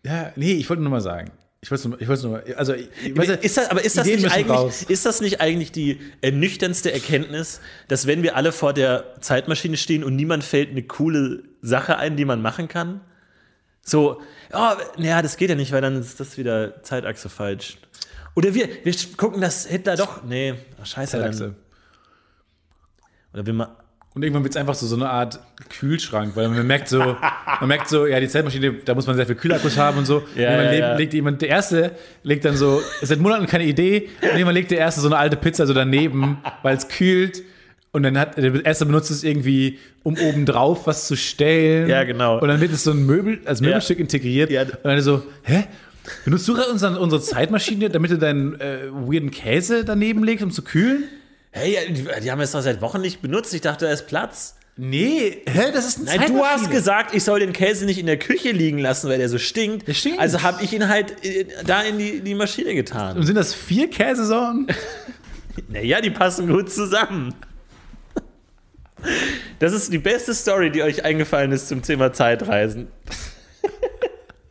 C: Ja, nee, ich wollte nur mal sagen. Ich wollte es nur, ich wollte es nur mal. Also, ich, weißt du,
D: ist das, aber ist das,
C: Ideen
D: nicht
C: müssen
D: eigentlich,
C: raus.
D: ist das nicht eigentlich die ernüchterndste Erkenntnis, dass wenn wir alle vor der Zeitmaschine stehen und niemand fällt eine coole Sache ein, die man machen kann? So, ja, naja, das geht ja nicht, weil dann ist das wieder Zeitachse falsch. Oder wir, wir gucken, dass Hitler doch. Nee, ach, scheiße.
C: Zeitachse.
D: Dann, oder wir mal.
C: Und irgendwann wird es einfach so, so eine Art Kühlschrank, weil man merkt so, man merkt so, ja, die Zeitmaschine, da muss man sehr viel Kühlakkus haben und so.
D: Ja,
C: und jemand
D: ja,
C: legt,
D: ja.
C: legt jemand, der Erste legt dann so, seit Monaten keine Idee, und jemand legt der Erste so eine alte Pizza so daneben, weil es kühlt. Und dann hat der Erste benutzt es irgendwie, um obendrauf was zu stellen.
D: Ja, genau.
C: Und dann wird es so ein Möbel, als Möbelstück integriert.
D: Ja.
C: Und dann so, hä? Benutzt du gerade unseren- unsere Zeitmaschine, damit du deinen äh, weirden Käse daneben legst, um zu kühlen?
D: Hey, die, die haben es doch seit Wochen nicht benutzt. Ich dachte, da ist Platz.
C: Nee, hä? Das ist ein
D: Nein, Äh, du hast gesagt, ich soll den Käse nicht in der Küche liegen lassen, weil der so stinkt.
C: Der stinkt.
D: Also habe ich ihn halt äh, da in die, die Maschine getan.
C: Und sind das vier Käsesorten?
D: Naja, die passen gut zusammen. Das ist die beste Story, die euch eingefallen ist zum Thema Zeitreisen. <laughs>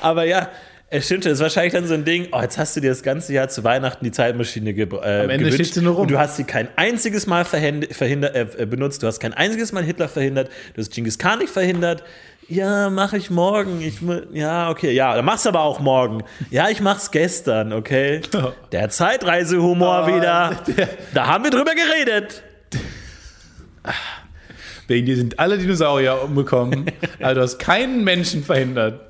D: Aber ja, es stimmt, schon, es ist wahrscheinlich dann so ein Ding, oh, jetzt hast du dir das ganze Jahr zu Weihnachten die Zeitmaschine ge äh,
C: Am Ende
D: gewünscht
C: steht sie nur rum.
D: und du hast sie kein einziges Mal verhänd- verhinder äh, äh, benutzt, du hast kein einziges Mal Hitler verhindert, du hast Genghis Khan nicht verhindert. Ja, mache ich morgen. Ich, mu- ja, okay, ja, dann mach's aber auch morgen. Ja, ich mach's
C: <laughs>
D: gestern, okay? Der Zeitreisehumor wieder. Da haben wir drüber geredet.
C: <laughs> Wegen dir sind alle Dinosaurier <laughs> umgekommen. Also du hast keinen Menschen verhindert.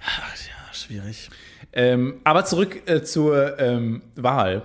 D: Ja, schwierig.
C: Ähm, aber zurück äh, zur ähm, Wahl.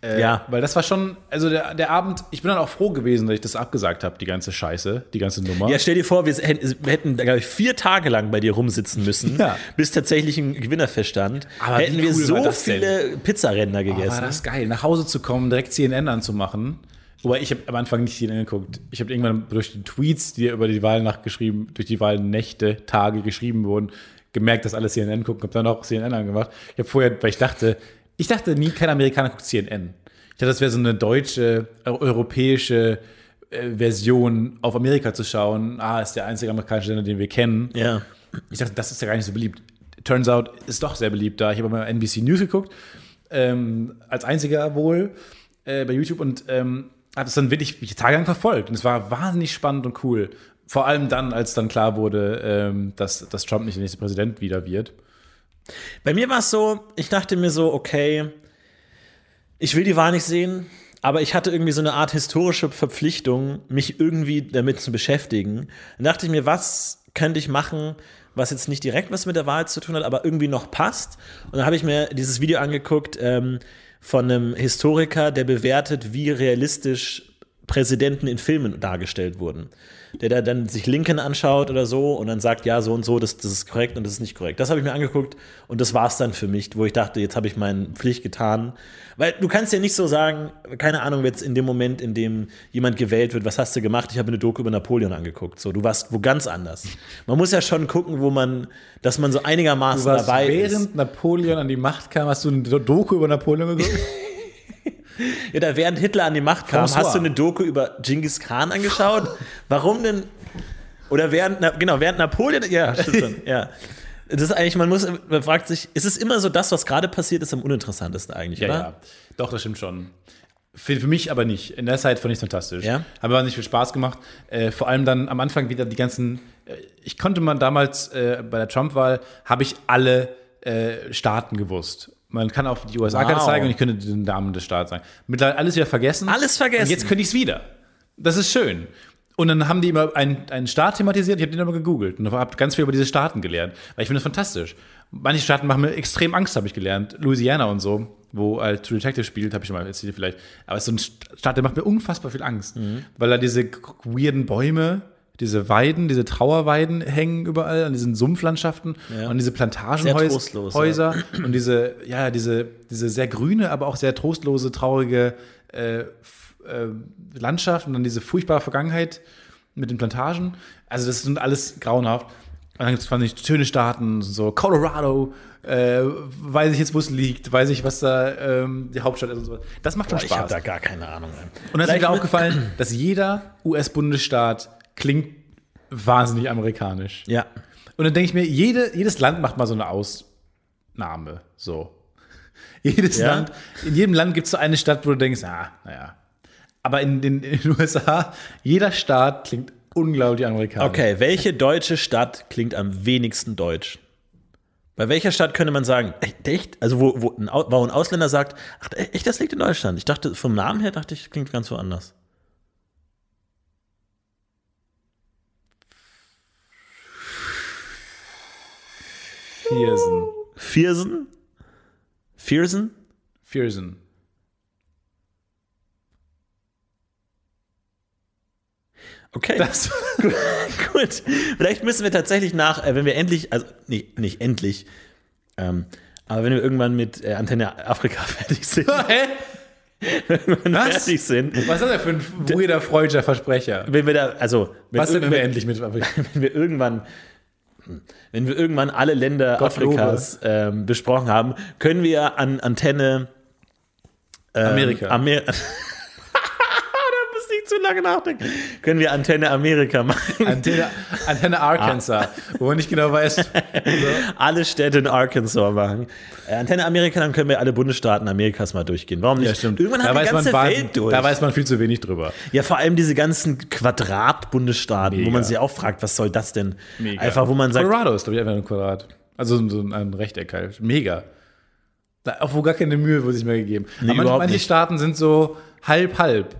C: Äh,
D: Ja.
C: Weil das war schon, also der, der Abend, ich bin dann auch froh gewesen, dass ich das abgesagt habe, die ganze Scheiße, die ganze Nummer.
D: Ja, stell dir vor, wir hätten, wir hätten glaube ich, vier Tage lang bei dir rumsitzen müssen,
C: Ja.
D: bis tatsächlich ein Gewinner verstand.
C: Aber wie
D: hätten wir
C: cool war
D: so
C: das denn? Ah,
D: viele Pizzaränder
C: war
D: gegessen.
C: das geil, nach Hause zu kommen, direkt CNN anzumachen. Wobei ich habe am Anfang nicht CNN geguckt. Ich habe irgendwann durch die Tweets, die über die Wahlnacht geschrieben, durch die Wahlnächte, Tage geschrieben wurden, gemerkt, dass alle CNN gucken. Habe dann auch CNN angemacht. Ich habe vorher, weil ich dachte, ich dachte nie, kein Amerikaner guckt CNN. Ich dachte, das wäre so eine deutsche, eu- europäische äh, Version, auf Amerika zu schauen. Ah, ist der einzige amerikanische Sender, den wir kennen.
D: ja.
C: Ich dachte, das ist ja gar nicht so beliebt. Turns out, ist doch sehr beliebt da. Ich habe mal NBC News geguckt, ähm, als einziger wohl äh, bei YouTube und ähm, habe es dann wirklich tagelang verfolgt. Und es war wahnsinnig spannend und cool. Vor allem dann, als dann klar wurde, ähm, dass, dass Trump nicht der nächste Präsident wieder wird.
D: Bei mir war es so, ich dachte mir so, okay, ich will die Wahl nicht sehen, aber ich hatte irgendwie so eine Art historische Verpflichtung, mich irgendwie damit zu beschäftigen. Dann dachte ich mir, was könnte ich machen, was jetzt nicht direkt was mit der Wahl zu tun hat, aber irgendwie noch passt. Und dann habe ich mir dieses Video angeguckt ähm, von einem Historiker, der bewertet, wie realistisch Präsidenten in Filmen dargestellt wurden. Der da dann sich Lincoln anschaut oder so und dann sagt, ja, so und so, das, das ist korrekt und das ist nicht korrekt. Das habe ich mir angeguckt und das war es dann für mich, wo ich dachte, jetzt habe ich meine Pflicht getan. Weil du kannst ja nicht so sagen, keine Ahnung, jetzt in dem Moment, in dem jemand gewählt wird, was hast du gemacht? Ich habe mir eine Doku über Napoleon angeguckt. So, du warst wo ganz anders. Man muss ja schon gucken, wo man, dass man so einigermaßen
C: Du warst
D: dabei ist.
C: während Napoleon an die Macht kam, hast du eine Do- Doku über Napoleon geguckt?
D: Ja, da während Hitler an die Macht kam,
C: François.
D: hast du eine Doku über Genghis Khan angeschaut? Warum denn? Oder während, Na- genau, während Napoleon, ja, stimmt schon, ja. Das ist eigentlich, man muss, man fragt sich, ist es immer so das, was gerade passiert ist, am uninteressantesten eigentlich, oder?
C: Doch, das stimmt schon. Für, für mich aber nicht. In der Zeit fand ich es fantastisch.
D: Ja?
C: Aber hat nicht viel Spaß gemacht. Äh, vor allem dann am Anfang wieder die ganzen. Äh, ich konnte man damals äh, bei der Trump-Wahl, habe ich alle äh, Staaten gewusst. Man kann auf die USA-Karte
D: Wow.
C: zeigen und ich könnte den Namen des Staates sagen. Mittlerweile alles wieder vergessen.
D: Alles vergessen.
C: Und jetzt könnte ich es wieder. Das ist schön. Und dann haben die immer einen, einen Staat thematisiert, ich habe den aber gegoogelt und habe ganz viel über diese Staaten gelernt, weil ich finde das fantastisch. Manche Staaten machen mir extrem Angst, habe ich gelernt. Louisiana und so, wo halt True Detective spielt, habe ich schon mal erzählt vielleicht. Aber es ist so ein St- Staat, der macht mir unfassbar viel Angst, weil da diese k- weirden Bäume, diese Weiden, diese Trauerweiden hängen überall an diesen Sumpflandschaften
D: Ja.
C: und diese
D: Sehr trostlos, ja.
C: Plantagenhäuser. Häuser und diese, ja, diese, diese sehr grüne, aber auch sehr trostlose, traurige äh, f- äh, Landschaft und dann diese furchtbare Vergangenheit mit den Plantagen. Also, das sind alles grauenhaft. Und dann gibt es, fand ich, schöne Staaten, so Colorado, äh, weiß ich jetzt, wo es liegt, weiß ich, was da ähm, die Hauptstadt ist und so. Das macht schon
D: Ich habe
C: Spaß.
D: da gar keine Ahnung.
C: Und dann ist mir
D: Gleich
C: wieder
D: mit-
C: aufgefallen, dass jeder US-Bundesstaat klingt wahnsinnig amerikanisch.
D: Ja.
C: Und dann denke ich mir, jede, jedes Land macht mal so eine Ausnahme. So. <laughs> Jedes
D: Ja.
C: Land, in jedem Land gibt es so eine Stadt, wo du denkst, ah, naja. Aber in den, in den <laughs> USA, jeder Staat klingt unglaublich amerikanisch.
D: Okay, welche deutsche Stadt klingt am wenigsten deutsch? Bei welcher Stadt könnte man sagen, echt, echt? Also, wo, wo, ein, Au- wo ein Ausländer sagt, ach, e-, echt, das liegt in Deutschland. Ich dachte, vom Namen her dachte ich, klingt ganz woanders.
C: Viersen.
D: Viersen? Viersen?
C: Viersen.
D: Okay. gut. <laughs> gut. Vielleicht müssen wir tatsächlich nach, äh, wenn wir endlich, also nee, nicht endlich, ähm, aber wenn wir irgendwann mit äh, Antenne Afrika <laughs>
C: <laughs>
D: fertig sind,
C: <laughs> Hä?
D: wenn wir
C: Was?
D: fertig sind,
C: Was ist das denn für ein weirder freudscher Versprecher?
D: wenn wir da, also wenn,
C: Was denn, wenn wir
D: irgendwann-
C: endlich mit Afrika?
D: wenn wir irgendwann hm, wenn wir irgendwann alle Länder
C: Gott lobe.
D: Afrikas ähm, besprochen haben, können wir an Antenne ähm,
C: Amerika.
D: Amer <laughs> da muss ich zu lange nachdenken. Können wir Antenne Amerika machen?
C: Antenne, Antenne Arkansas,
D: Ah.
C: wo man nicht genau weiß.
D: alle Städte in Arkansas machen. Äh, Antenne Amerika, dann können wir alle Bundesstaaten Amerikas mal durchgehen. Warum nicht? Irgendwann
C: da
D: haben wir die
C: weiß,
D: ganze
C: man wahnsinn-
D: Welt durch.
C: da weiß man viel zu wenig drüber.
D: ja, vor allem diese ganzen Quadrat-Bundesstaaten, wo
C: Mega.
D: man sich auch fragt, was soll das denn? Einfach, wo man sagt,
C: Colorado ist, glaube ich, einfach ein Quadrat. Also so ein- so ein Rechteck halt. Mega. Da, auch wo gar keine Mühe wurde sich mehr gegeben. Aber manche,
D: überhaupt
C: manche
D: nicht.
C: Staaten sind so halb, halb.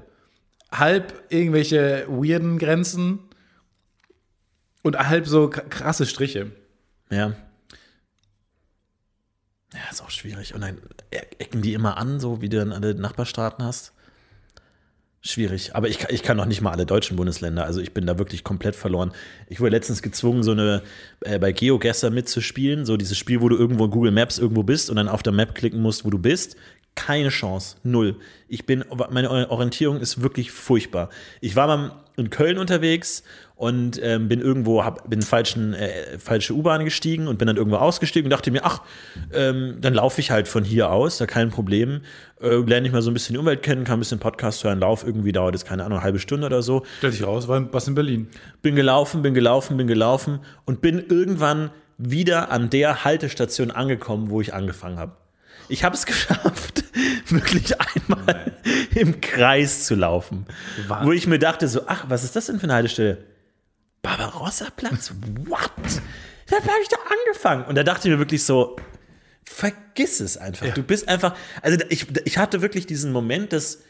C: Halb irgendwelche weirden Grenzen und halb so k- krasse Striche.
D: Ja. Ja, ist auch schwierig. Und dann e-, ecken die immer an, so wie du dann alle Nachbarstaaten hast. Schwierig. Aber ich, kann- ich kann noch nicht mal alle deutschen Bundesländer. Also ich bin da wirklich komplett verloren. Ich wurde letztens gezwungen, so eine äh, bei GeoGuessr mitzuspielen. So dieses Spiel, wo du irgendwo in Google Maps irgendwo bist und dann auf der Map klicken musst, wo du bist. Keine Chance. Null. Ich bin, meine Orientierung ist wirklich furchtbar. Ich war mal in Köln unterwegs und ähm, bin irgendwo, hab, bin falschen, äh, falsche U-Bahn gestiegen und bin dann irgendwo ausgestiegen und dachte mir, ach, ähm, dann laufe ich halt von hier aus, da kein Problem. Äh, lerne ich mal so ein bisschen die Umwelt kennen, kann ein bisschen Podcast hören, lauf irgendwie, dauert jetzt keine Ahnung, eine halbe Stunde oder so.
C: Stell dich raus, war was in Berlin.
D: Bin gelaufen, bin gelaufen, bin gelaufen und bin irgendwann wieder an der Haltestation angekommen, wo ich angefangen habe. Ich habe es <laughs> geschafft, wirklich einmal im Kreis zu laufen.
C: Wahnsinn.
D: Wo ich mir dachte so, ach, was ist das denn für eine Haltestelle? Barbarossa-Platz? What? Da habe ich doch angefangen. Und da dachte ich mir wirklich so, vergiss es einfach. Du bist einfach, also ich, ich hatte wirklich diesen Moment des,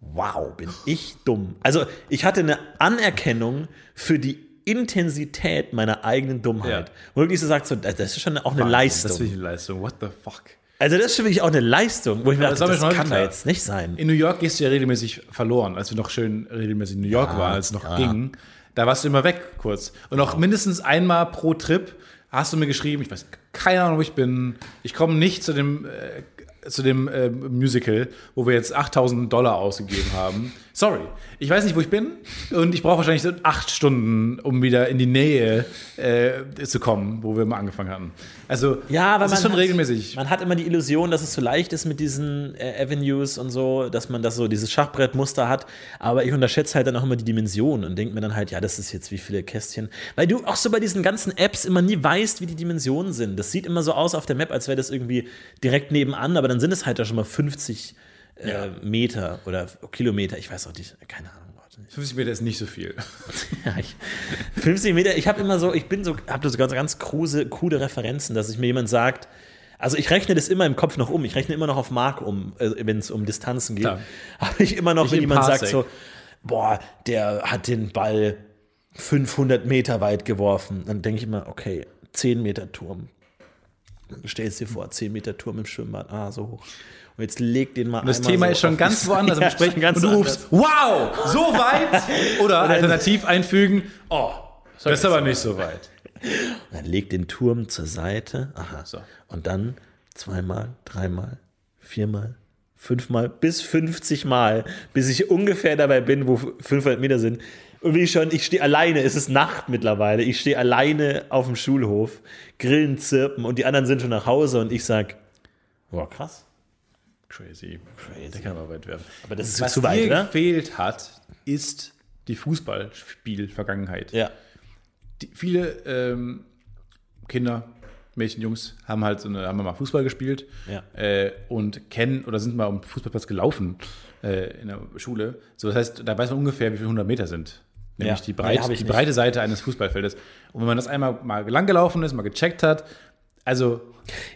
D: wow, bin ich dumm. Also ich hatte eine Anerkennung für die Intensität meiner eigenen Dummheit.
C: Ja.
D: Wirklich so sagt so, das ist schon auch eine
C: Wahnsinn,
D: Leistung.
C: Das finde ich eine Leistung. What the fuck?
D: Also, das ist schon wirklich auch eine Leistung, wo ich mir
C: Aber
D: dachte, das,
C: das war mir schon
D: kann
C: klar.
D: da jetzt nicht sein.
C: In New York gehst du ja regelmäßig verloren, als wir noch schön regelmäßig in New
D: Ah,
C: York waren, als es noch ging. Da warst du immer weg kurz. Und auch mindestens einmal pro Trip hast du mir geschrieben, ich weiß keine Ahnung, wo ich bin. Ich komme nicht zu dem, äh, zu dem äh, Musical, wo wir jetzt 8000 Dollar ausgegeben haben. Sorry, ich weiß nicht, wo ich bin. Und ich brauche wahrscheinlich so acht Stunden, um wieder in die Nähe äh, zu kommen, wo wir mal angefangen hatten. Also,
D: Ja, weil
C: das
D: man
C: ist schon
D: hat,
C: regelmäßig.
D: Man hat immer die Illusion, dass es so leicht ist mit diesen äh, Avenues und so, dass man das so dieses Schachbrettmuster hat. Aber ich unterschätze halt dann auch immer die Dimensionen und denke mir dann halt, ja, das ist jetzt wie viele Kästchen. Weil du auch so bei diesen ganzen Apps immer nie weißt, wie die Dimensionen sind. Das sieht immer so aus auf der Map, als wäre das irgendwie direkt nebenan, aber dann sind es halt da schon mal 50 äh, Meter oder Kilometer. Ich weiß auch nicht, keine Ahnung. Leute.
C: 50 Meter ist nicht so viel.
D: <laughs> Ja, ich, 50 Meter, ich habe immer so, ich bin so, habe so ganz, ganz kruse, krude Referenzen, dass ich mir jemand sagt, also ich rechne das immer im Kopf noch um, ich rechne immer noch auf Mark um, wenn es um Distanzen geht. <laughs>
C: Klar.
D: Habe ich immer noch,
C: Ich
D: wenn
C: im
D: jemand sagt
C: Parsec.
D: so, boah, der hat den Ball 500 Meter weit geworfen, dann denke ich immer, okay, 10 Meter Turm. Stellst dir vor, 10 Meter Turm im Schwimmbad, ah, so hoch. Und jetzt leg den mal
C: Und das Thema ist schon ganz woanders
D: <laughs>
C: im <laughs> Gespräch.
D: Ganz
C: und du rufst, wow, so <laughs> weit? Oder alternativ einfügen, oh, das ist aber nicht so weit.
D: Dann leg den Turm zur Seite. Aha.
C: So.
D: Und dann zweimal, dreimal, viermal, fünfmal bis 50 Mal, bis ich ungefähr dabei bin, wo 500 Meter sind. Und wie schon, ich stehe alleine, es ist Nacht mittlerweile, ich stehe alleine auf dem Schulhof, Grillen zirpen und die anderen sind schon nach Hause und ich sag, boah, krass.
C: Crazy. Crazy. Der kann aber weit werden.
D: Aber das ist
C: Was
D: zu weit, ne?
C: dir
D: oder?
C: gefehlt hat, ist die Fußballspiel-Vergangenheit.
D: Ja.
C: Die, viele ähm, Kinder, Mädchen, Jungs haben halt so eine, haben mal Fußball gespielt
D: Ja.
C: äh, und kennen oder sind mal um den Fußballplatz gelaufen äh, in der Schule. So, das heißt, da weiß man ungefähr, wie viele 100 Meter sind. Nämlich
D: Ja.
C: die,
D: Nee,
C: breit,
D: hab ich
C: die
D: nicht.
C: breite Seite eines Fußballfeldes. Und wenn man das einmal mal lang gelaufen ist, mal gecheckt hat, also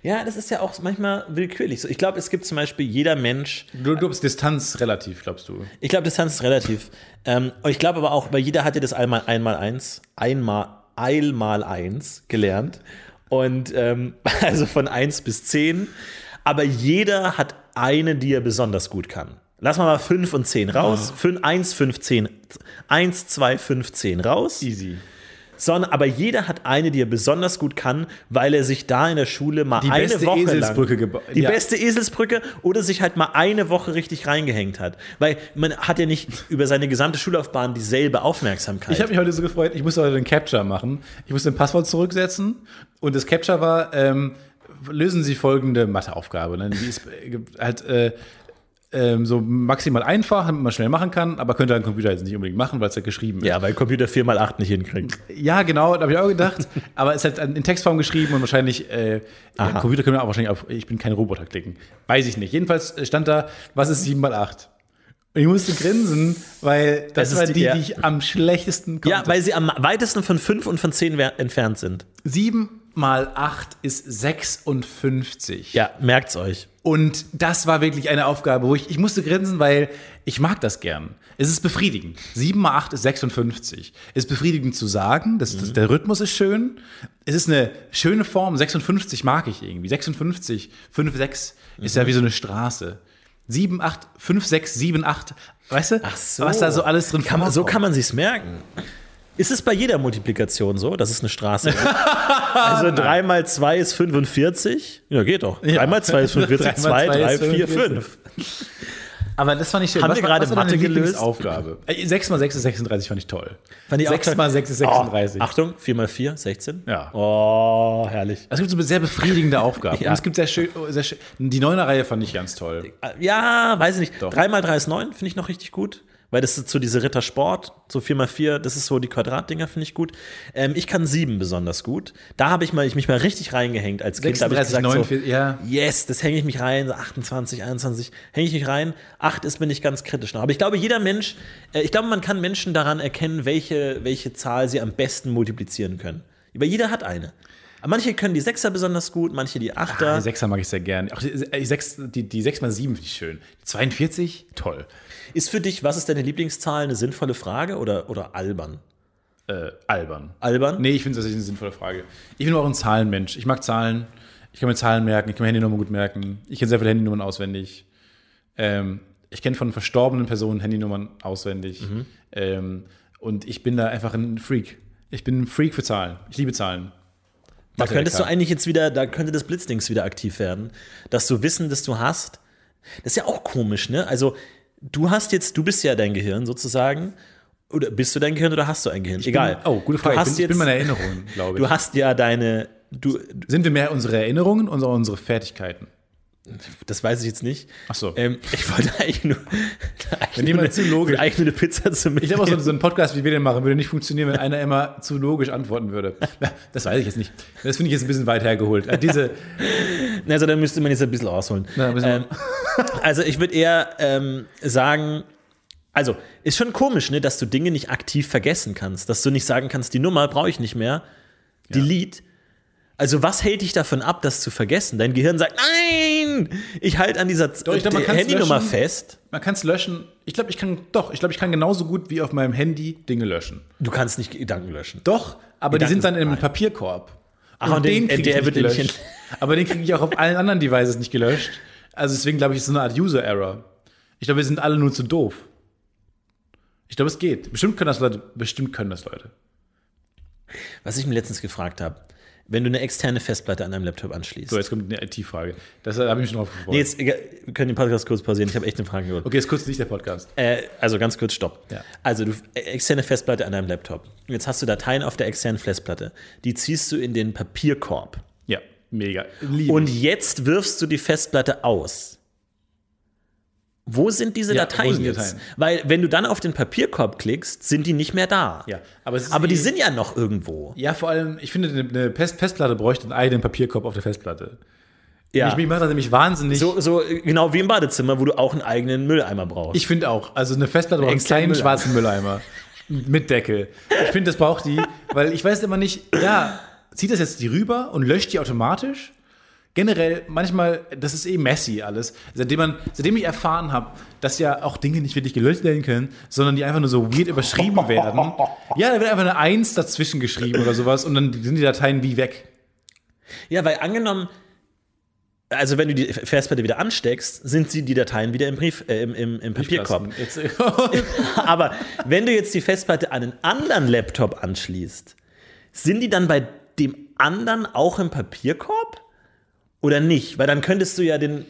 D: Ja, das ist ja auch manchmal willkürlich. So, ich glaube, es gibt zum Beispiel jeder Mensch,
C: du glaubst Distanz relativ, glaubst du.
D: Ich glaube, Distanz ist relativ. Ähm, und ich glaube aber auch, weil jeder hatte das einmal, einmal eins, einmal, einmal eins gelernt. Und ähm, <laughs> also von eins bis zehn. Aber jeder hat eine, die er besonders gut kann. Lass mal mal fünf und zehn raus.
C: Ah.
D: Fün- eins, fünf, zehn, eins, zwei, fünf, zehn raus
C: Easy.
D: sondern aber jeder hat eine, die er besonders gut kann, weil er sich da in der Schule mal
C: Die
D: eine
C: beste
D: Woche
C: Eselsbrücke
D: lang
C: geba-
D: die
C: ja.
D: beste Eselsbrücke oder sich halt mal eine Woche richtig reingehängt hat, weil man hat ja nicht
C: <laughs>
D: über seine gesamte Schullaufbahn dieselbe Aufmerksamkeit.
C: Ich habe mich heute so gefreut, ich musste heute den Capture machen. Ich musste ein Passwort zurücksetzen und das Capture war, ähm, lösen Sie folgende Matheaufgabe. Ne? Die ist äh, halt äh, ähm, so maximal einfach, damit man schnell machen kann, aber könnte ein Computer jetzt nicht unbedingt machen, weil es ja geschrieben ist.
D: ja, weil Computer 4 mal 8 nicht hinkriegt.
C: Ja, genau, da habe ich auch
D: <laughs>
C: gedacht. aber es ist halt in Textform geschrieben und wahrscheinlich, äh, ja, Computer können auch wahrscheinlich auf Ich bin kein Roboter klicken. Weiß ich nicht. Jedenfalls stand da, was ist 7 mal 8? Und ich musste grinsen, weil das,
D: Es ist
C: war
D: die-
C: die,
D: ja.
C: die ich am schlechtesten konnte.
D: Ja, weil sie am weitesten von 5 und von 10 wer- entfernt sind.
C: 7 mal 8 ist 56.
D: Ja, merkt's euch.
C: Und das war wirklich eine Aufgabe, wo ich, ich musste grinsen, weil ich mag das gern. Es ist befriedigend. 7 mal 8 ist 56. Es ist befriedigend zu sagen, das, das, der Rhythmus ist schön. Es ist eine schöne Form. 56 mag ich irgendwie. 56, 5, 6 ist ja wie so eine Straße. 7, 8, 5, 6, 7, 8. Weißt du, was da so alles drin
D: kann man, So
C: vorkommt?
D: kann man sich's merken. Ist es bei jeder Multiplikation so, dass es
C: <laughs>
D: eine Straße ist? also 3 mal 2 ist 45? Ja, geht doch. 3 mal 2 ist
C: <laughs>
D: 45,
C: Drei mal zwei
D: 2, 3,
C: ist
D: 4,
C: 45.
D: 5.
C: Aber das fand ich schön.
D: Haben
C: Was
D: wir
C: war-
D: gerade
C: was war deine
D: Mathe gelöst?
C: Lieblingsaufgabe? 6 Äh, mal 6 ist 36, fand ich toll.
D: Fand ich auch
C: 6
D: toll.
C: mal 6 ist 36.
D: Oh, Achtung, 4 mal 4, 16.
C: Ja.
D: Oh, herrlich.
C: Es gibt so sehr <laughs> befriedigende Aufgaben.
D: Ja.
C: Und es gibt sehr schön, sehr schön. Die Neuner-Reihe fand ich ganz toll.
D: Ja, weiß ich nicht.
C: Doch.
D: 3 mal 3 ist 9, finde ich noch richtig gut. Weil das ist so diese Rittersport, so 4 mal 4 das ist so die Quadratdinger, finde ich gut. Ähm, ich kann 7 besonders gut. Da habe ich, mal- ich mich mal richtig reingehängt als Kind. Da habe ich
C: 36,
D: gesagt, so,
C: 49, ja.
D: Yes, das hänge ich mich rein, so 28, 21, hänge ich mich rein. Acht ist, bin ich ganz kritisch noch. Aber ich glaube, jeder Mensch, äh, ich glaube, man kann Menschen daran erkennen, welche, welche Zahl sie am besten multiplizieren können. Weil jeder hat eine. Aber manche können die Sechser besonders gut, manche die
C: Ah,
D: Achter.
C: die Sechser mag ich sehr gern. Auch die, äh, die, Sechs, die, die 6 mal 7 finde ich schön. Die 42? Toll.
D: ist für dich, was ist deine Lieblingszahl, eine sinnvolle Frage oder, oder albern?
C: Äh, albern.
D: Albern?
C: Nee, ich finde das ist eine sinnvolle Frage. Ich bin aber auch ein Zahlenmensch. Ich mag Zahlen. Ich kann mir Zahlen merken, ich kann mir Handynummern gut merken. Ich kenne sehr viele Handynummern auswendig. Ähm, ich kenne von verstorbenen Personen Handynummern auswendig. Ähm, und ich bin da einfach ein Freak. Ich bin ein Freak für Zahlen. Ich liebe Zahlen.
D: Da
C: Mathe,
D: könntest du
C: klar.
D: eigentlich jetzt wieder, da könnte das Blitzdings wieder aktiv werden, dass du Wissen, das du hast. Das ist ja auch komisch, ne? Also, du hast jetzt, du bist ja dein Gehirn sozusagen. Oder bist du dein Gehirn oder hast du ein Gehirn? Egal.
C: Oh, gute Frage. Ich
D: Du hast
C: bin, ich
D: jetzt,
C: bin meine
D: <laughs>
C: Erinnerungen, glaube ich.
D: du hast ja deine, du,
C: Sind wir mehr unsere Erinnerungen oder unsere Fertigkeiten?
D: das weiß ich jetzt nicht.
C: Ach so.
D: Ähm, ich wollte eigentlich nur, eigentlich
C: jemand
D: nur
C: zu
D: eine,
C: logisch-
D: eigentlich nur eine Pizza zu
C: Ich glaube, auch so, so ein Podcast, wie wir den machen, würde nicht funktionieren, wenn einer immer zu logisch antworten würde. Na, Das weiß ich jetzt nicht. Das finde ich jetzt ein bisschen weit hergeholt. Äh, Diese,
D: Also dann müsste man jetzt ein bisschen rausholen.
C: Na, müssen wir-
D: ähm,
C: <laughs>
D: also ich würde eher ähm, sagen, also ist schon komisch, ne, dass du Dinge nicht aktiv vergessen kannst, dass du nicht sagen kannst, die Nummer brauche ich nicht mehr, delete. Also was hält dich davon ab, das zu vergessen? Dein Gehirn sagt, nein, ich halte an dieser
C: ich glaub, man kann's
D: Handynummer
C: löschen.
D: fest.
C: man kann es löschen. Ich glaube, ich kann, doch, ich glaube, ich kann genauso gut wie auf meinem Handy Dinge löschen.
D: Du kannst nicht Gedanken löschen.
C: Doch, aber die
D: Gedanken-
C: sind dann im
D: Nein.
C: Papierkorb.
D: Ach, und den- äh,
C: krieg ich
D: der
C: nicht
D: wird
C: gelöscht.
D: nicht
C: Aber den kriege ich auch auf allen anderen Devices nicht gelöscht. Also deswegen glaube ich, ist so eine Art User-Error. Ich glaube, wir sind alle nur zu doof. Ich glaube, es geht. Bestimmt können das Leute. Bestimmt können das Leute.
D: Was ich mir letztens gefragt habe, wenn du eine externe Festplatte an deinem Laptop anschließt.
C: So, jetzt kommt eine IT-Frage. Das habe ich mich schon drauf gefreut.
D: nee, jetzt, egal, wir können den Podcast kurz pausieren, ich habe echt eine Frage gehört.
C: okay, ist kurz nicht der Podcast.
D: Äh, also ganz kurz, stopp.
C: Ja.
D: Also du äh, externe Festplatte an deinem Laptop. Jetzt hast du Dateien auf der externen Festplatte. Die ziehst du in den Papierkorb.
C: Ja, mega. Lieb.
D: Und jetzt wirfst du die Festplatte aus. Wo sind diese
C: Ja, wo
D: Dateien
C: sind die
D: jetzt?
C: Dateien?
D: Weil wenn du dann auf den Papierkorb klickst, sind die nicht mehr da.
C: ja, aber, es ist
D: Aber die
C: eh-
D: sind ja noch irgendwo.
C: Ja, vor allem, ich finde, eine- eine Fest- Festplatte bräuchte einen eigenen Papierkorb auf der Festplatte.
D: Ja.
C: Ich, mich macht das nämlich wahnsinnig.
D: So, so äh, genau wie im Badezimmer, wo du auch einen eigenen Mülleimer brauchst.
C: Ich finde auch. Also eine Festplatte braucht einen
D: externen
C: kleinen
D: Mülleimer.
C: schwarzen Mülleimer. Mit Deckel. Ich finde, das braucht die, weil ich weiß immer nicht, ja, zieht das jetzt die rüber und löscht die automatisch? Generell, manchmal, das ist eh messy alles. Seitdem, man, seitdem ich erfahren habe, dass ja auch Dinge nicht wirklich gelöscht werden können, sondern die einfach nur so weird überschrieben werden. Ja, da wird einfach eine Eins dazwischen geschrieben oder sowas und dann sind die Dateien wie weg.
D: Ja, weil angenommen, also wenn du die Festplatte wieder ansteckst, sind sie die Dateien wieder im Brief, äh, im, im, im Papierkorb.
C: Jetzt, <laughs>
D: <laughs> Aber wenn du jetzt die Festplatte an einen anderen Laptop anschließt, sind die dann bei dem anderen auch im Papierkorb? Oder nicht? Weil dann könntest du ja den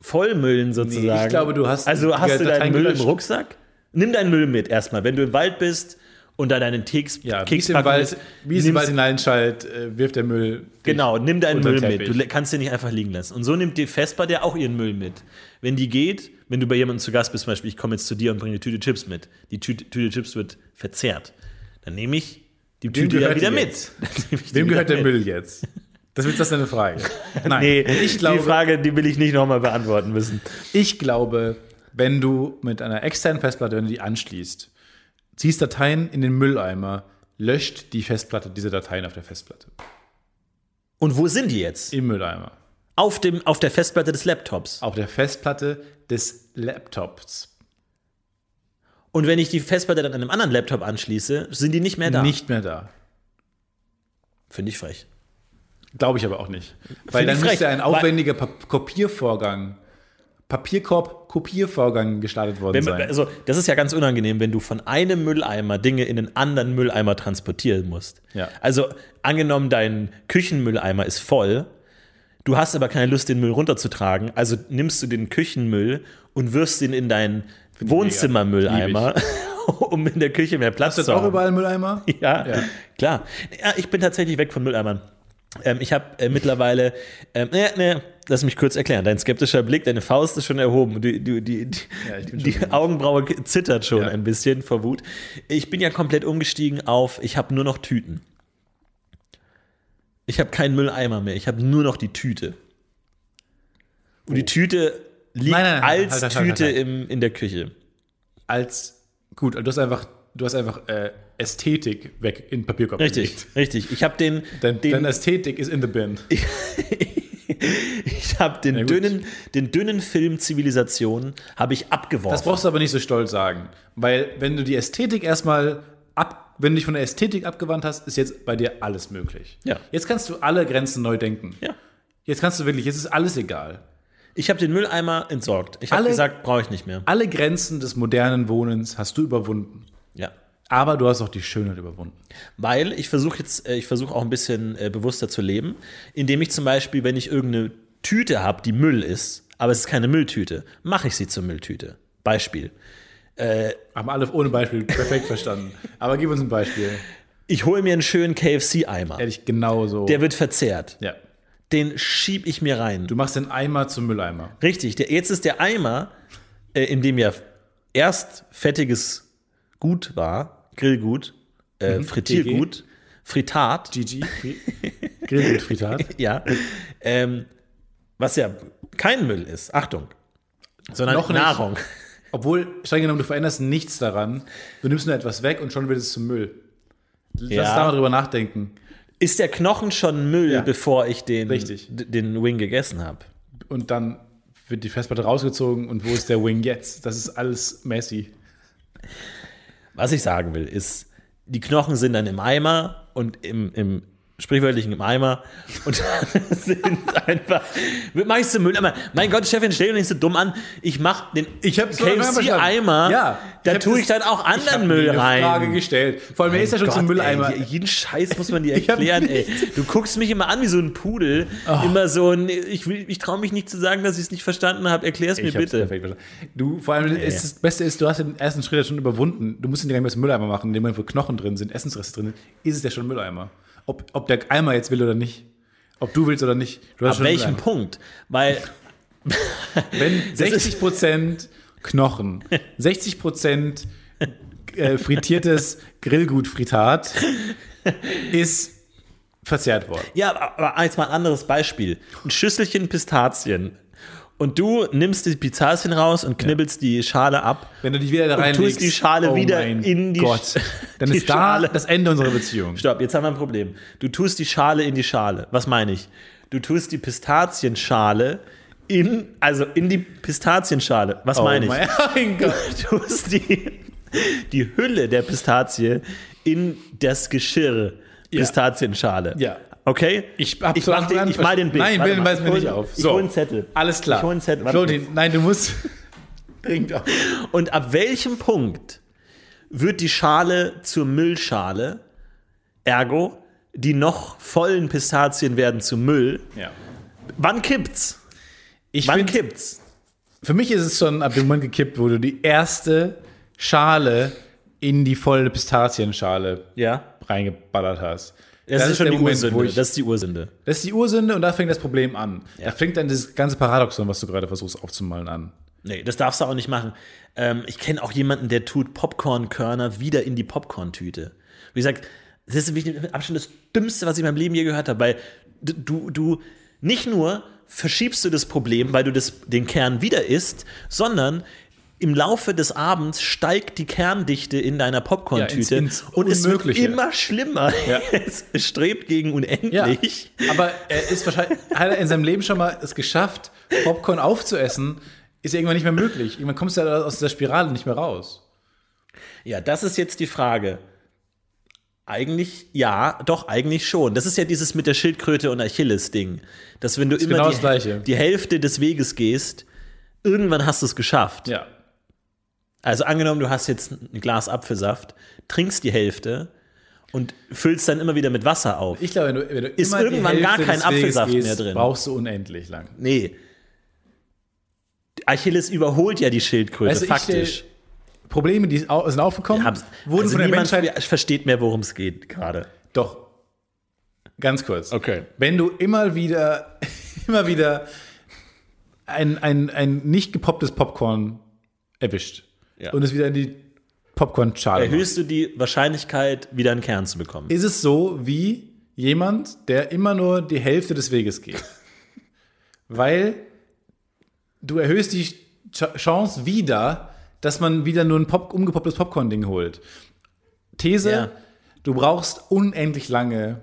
D: vollmüllen sozusagen.
C: Nee, ich glaube, du hast die
D: Also hast du
C: Dateien
D: deinen Müll
C: gelöscht.
D: im Rucksack? Nimm deinen Müll mit erstmal, wenn du im Wald bist und da deinen Keks,
C: ja, wie
D: Keks
C: es im
D: packen
C: Wald,
D: willst,
C: wie es im
D: nimmst-
C: Wald hineinschallt, äh, wirft der Müll. dich
D: Genau, nimm deinen
C: unter
D: Müll
C: den
D: mit.
C: Teppich.
D: Du le- kannst den nicht einfach liegen lassen. Und so nimmt die Vespa auch ihren Müll mit. Wenn die geht, wenn du bei jemandem zu Gast bist, zum Beispiel, ich komme jetzt zu dir und bringe eine Tüte Chips mit. Die Tüte, Tüte Chips wird verzehrt. Dann nehme ich die Tüte ja
C: gehört die
D: wieder mit. <laughs>
C: jetzt?
D: Dann nehme ich die
C: Wem
D: wieder
C: gehört der
D: mit.
C: Müll jetzt? Das ist das deine
D: <laughs>
C: Frage. Nein,
D: Nee,
C: ich, glaube,
D: die Frage, die will ich nicht nochmal beantworten müssen.
C: ich glaube, wenn du mit einer externen Festplatte, wenn du die anschließt, ziehst Dateien in den Mülleimer, löscht die Festplatte diese Dateien auf der Festplatte.
D: Und wo sind die jetzt?
C: Im Mülleimer.
D: Auf, dem, auf der Festplatte des Laptops.
C: Auf der Festplatte des Laptops.
D: Und wenn ich die Festplatte dann an einem anderen Laptop anschließe, sind die nicht mehr da.
C: Nicht mehr da.
D: Finde ich frech.
C: Glaube ich aber auch nicht. Weil
D: ich
C: dann
D: frech,
C: müsste ein
D: weil-
C: aufwendiger Pap Kopiervorgang, Papierkorb-Kopiervorgang gestartet worden
D: Wenn man,
C: sein.
D: also, das ist ja ganz unangenehm, wenn du von einem Mülleimer Dinge in den anderen Mülleimer transportieren musst.
C: Ja.
D: Also, angenommen, dein Küchenmülleimer ist voll, du hast aber keine Lust, den Müll runterzutragen, also nimmst du den Küchenmüll und wirfst ihn in deinen Wohnzimmermülleimer, <laughs> um in der Küche mehr Platz
C: Hast du jetzt
D: zu
C: auch
D: haben.
C: überall Mülleimer?
D: <laughs> Ja,
C: Ja.
D: klar. Ja, ich bin tatsächlich weg von Mülleimern. Ähm, ich habe äh, mittlerweile, ähm, ne, ne, lass mich kurz erklären. Dein skeptischer Blick, deine Faust ist schon erhoben. Du, du, die die,
C: ich bin
D: die Augenbraue k- zittert schon
C: Ja.
D: ein bisschen vor Wut. Ich bin ja komplett umgestiegen auf, ich habe nur noch Tüten. Ich habe keinen Mülleimer mehr. Ich habe nur noch die Tüte. Und die Tüte liegt
C: Oh. Nein, nein, nein,
D: als
C: halt, halt, halt,
D: Tüte
C: halt, halt.
D: Im, in der Küche.
C: als gut, du hast einfach, du hast einfach äh, Ästhetik weg in den Papierkorb
D: Richtig,
C: gelegt.
D: richtig. Ich habe den,
C: Dein,
D: den
C: deine Ästhetik ist in the bin.
D: Ich habe den
C: gut.
D: dünnen, den dünnen Film Zivilisation habe ich abgeworfen.
C: Das brauchst du aber nicht so stolz sagen, weil wenn du die Ästhetik erstmal ab, wenn du dich von der Ästhetik abgewandt hast, ist jetzt bei dir alles möglich.
D: Ja.
C: Jetzt kannst du alle Grenzen neu denken.
D: ja.
C: Jetzt kannst du wirklich, jetzt ist alles egal.
D: Ich habe den Mülleimer entsorgt. Ich habe
C: Alle-
D: gesagt, brauche ich nicht mehr.
C: Alle Grenzen des modernen Wohnens hast du überwunden.
D: Ja.
C: Aber du hast auch die Schönheit überwunden.
D: Weil ich versuche jetzt, äh, ich versuche auch ein bisschen äh, bewusster zu leben, indem ich zum Beispiel, wenn ich irgendeine Tüte habe, die Müll ist, aber es ist keine Mülltüte, mache ich sie zur Mülltüte. Beispiel.
C: Haben alle ohne Beispiel perfekt
D: <laughs>
C: verstanden. Aber gib uns ein Beispiel.
D: Ich hole mir einen schönen KFC-Eimer.
C: Hätte ich genauso.
D: Der wird verzehrt.
C: ja.
D: Den schieb ich mir rein.
C: Du machst den Eimer zum Mülleimer.
D: Richtig, der, jetzt ist der Eimer, äh, in dem ja erst fettiges Gut war, Grillgut, äh,
C: Mhm,
D: Frittiergut, Fritat,
C: GG. Grillgut <laughs> Fritat.
D: ja, ähm, was ja kein Müll ist, Achtung, sondern
C: Noch nicht.
D: Nahrung.
C: Obwohl, streng genommen, du veränderst nichts daran. Du nimmst nur etwas weg und schon wird es zum Müll. Lass
D: Ja.
C: uns da mal drüber nachdenken.
D: Ist der Knochen schon Müll,
C: Ja.
D: bevor ich den,
C: Richtig.
D: d- den Wing gegessen habe?
C: Und dann wird die Festplatte rausgezogen und wo ist der Wing jetzt? Das ist alles messy.
D: Was ich sagen will, ist, die Knochen sind dann im Eimer und im, im sprichwörtlichen im Eimer und <laughs> dann sind einfach wird meist im Müll. Aber mein Gott, Stefan, stell dich nicht so dumm an. Ich mach den
C: Ich hab's so einfach verstanden.
D: KFC-Eimer,
C: Ja,
D: da
C: ich hab
D: tue
C: das-
D: ich dann auch
C: Ich hab
D: anderen
C: nie
D: Müll
C: eine
D: rein.
C: Frage gestellt. Vor allem, er ist ja schon
D: Gott,
C: zum Mülleimer.
D: Ey, jeden Scheiß muss man
C: <laughs>
D: dir
C: Ich hab
D: erklären, ey. Du guckst mich immer an wie so ein Pudel. Immer so ein, ich, will- ich traue mich nicht zu sagen, dass ich es nicht verstanden habe. Erklär es mir
C: Ich hab's
D: bitte.
C: perfekt verstanden. Du, vor allem, ist das Beste ist, du hast den ersten Schritt ja schon überwunden. Du musst ihn ja gar nicht mehr zum Mülleimer machen. In dem Moment, wo Knochen drin sind, Essensreste drin sind, ist es ja schon Mülleimer. Ob, ob der Eimer jetzt will oder nicht. Ob du willst oder nicht. Du hast
D: Ab
C: schon
D: welchem
C: Mülleimer.
D: Punkt? Weil
C: Wenn 60%
D: <laughs>
C: Knochen, 60% äh, frittiertes Grillgut-Fritat ist verzehrt worden.
D: Ja, aber jetzt mal ein anderes Beispiel. Ein Schüsselchen Pistazien. Und du nimmst die Pistazien raus und knibbelst die Schale ab.
C: Wenn du dich wieder da
D: Und tust
C: reinlegst,
D: die Schale
C: oh
D: wieder
C: mein
D: in die
C: Gott,
D: Sch-
C: dann
D: die
C: ist da
D: Schale.
C: das Ende unserer Beziehung.
D: Stopp, jetzt haben wir ein Problem. Du tust die Schale in die Schale. Was meine ich? Du tust die Pistazienschale in, also in die Pistazienschale. Was meine ich?
C: Oh Mein <laughs> Gott.
D: Du tust die, die Hülle der Pistazie in das Geschirr. Pistazienschale.
C: Ja.
D: Okay?
C: Ich, hab
D: ich,
C: so
D: mach den, ich mal den Bild.
C: Nein,
D: Warte
C: Bild
D: mal.
C: weiß mir
D: Ich hol-
C: nicht auf.
D: Ich hol einen Zettel.
C: Alles klar.
D: Ich hol einen Zettel. Warte kurz.
C: Florentin, nein, du
D: <laughs>
C: musst. Dringend auf.
D: Und ab welchem Punkt wird die Schale zur Müllschale? Ergo, die noch vollen Pistazien werden zu Müll.
C: Ja.
D: Wann kippt's?
C: Ich
D: Wann
C: find,
D: kippt's?
C: für mich ist es schon ab dem Moment gekippt, wo du die erste Schale in die volle Pistazienschale
D: Ja.
C: reingeballert hast.
D: Das, ist schon
C: der
D: die
C: Moment, wo
D: Ursünde.
C: ich,
D: das ist die Ursünde.
C: das ist die Ursünde und da fängt das Problem an. Da fängt dann dieses ganze Paradoxon, was du gerade versuchst aufzumalen, an.
D: Nee, das darfst du auch nicht machen. Ähm, ich kenne auch jemanden, der tut Popcornkörner wieder in die Popcorn-Tüte. Wie gesagt, das ist wirklich mit Abstand das Dümmste, was ich in meinem Leben je gehört habe, weil d- du, du nicht nur verschiebst du das Problem, weil du das, den Kern wieder isst, sondern im Laufe des Abends steigt die Kerndichte in deiner Popcorn-Tüte
C: Ja, ins- ins
D: und es wird
C: Unmögliche.
D: immer schlimmer.
C: Ja.
D: <laughs> Es strebt gegen unendlich.
C: Aber er ist wahrscheinlich, <laughs> hat er in seinem Leben schon mal es geschafft, Popcorn aufzuessen, ist ja irgendwann nicht mehr möglich. Irgendwann kommst du ja aus dieser Spirale nicht mehr raus.
D: Ja, das ist jetzt die Frage. Eigentlich, ja, doch, eigentlich schon. Das ist ja dieses mit der Schildkröte und Achilles-Ding. Dass wenn du immer
C: genau
D: die,
C: das Gleiche.
D: die Hälfte des Weges gehst, irgendwann hast du es geschafft.
C: Ja.
D: Also angenommen, du hast jetzt ein Glas Apfelsaft, trinkst die Hälfte und füllst dann immer wieder mit Wasser auf.
C: Ich glaube, wenn du, wenn du
D: Ist
C: immer die
D: irgendwann gar
C: Hälfte
D: kein
C: des Weges
D: Apfelsaft
C: gehst,
D: mehr drin.
C: brauchst du unendlich lang.
D: nee. Achilles überholt ja die Schildkröte,
C: Also ich
D: faktisch.
C: Probleme, die au- sind aufgekommen,
D: Hab's-
C: wurden
D: also
C: von der
D: niemand
C: Menschheit
D: versteht mehr, worum es geht gerade.
C: Doch. Ganz kurz.
D: Okay.
C: Wenn du immer wieder, <laughs> immer wieder ein, ein, ein nicht gepopptes Popcorn erwischt
D: Ja.
C: und es wieder in die Popcorn-Schale machst,
D: Erhöhst du die Wahrscheinlichkeit, wieder einen Kern zu bekommen?
C: ist es so wie jemand, der immer nur die Hälfte des Weges
D: <laughs>
C: geht. Weil du erhöhst die Ch Chance wieder, dass man wieder nur ein Pop umgepopptes Popcorn-Ding holt. These,
D: Ja.
C: du brauchst unendlich lange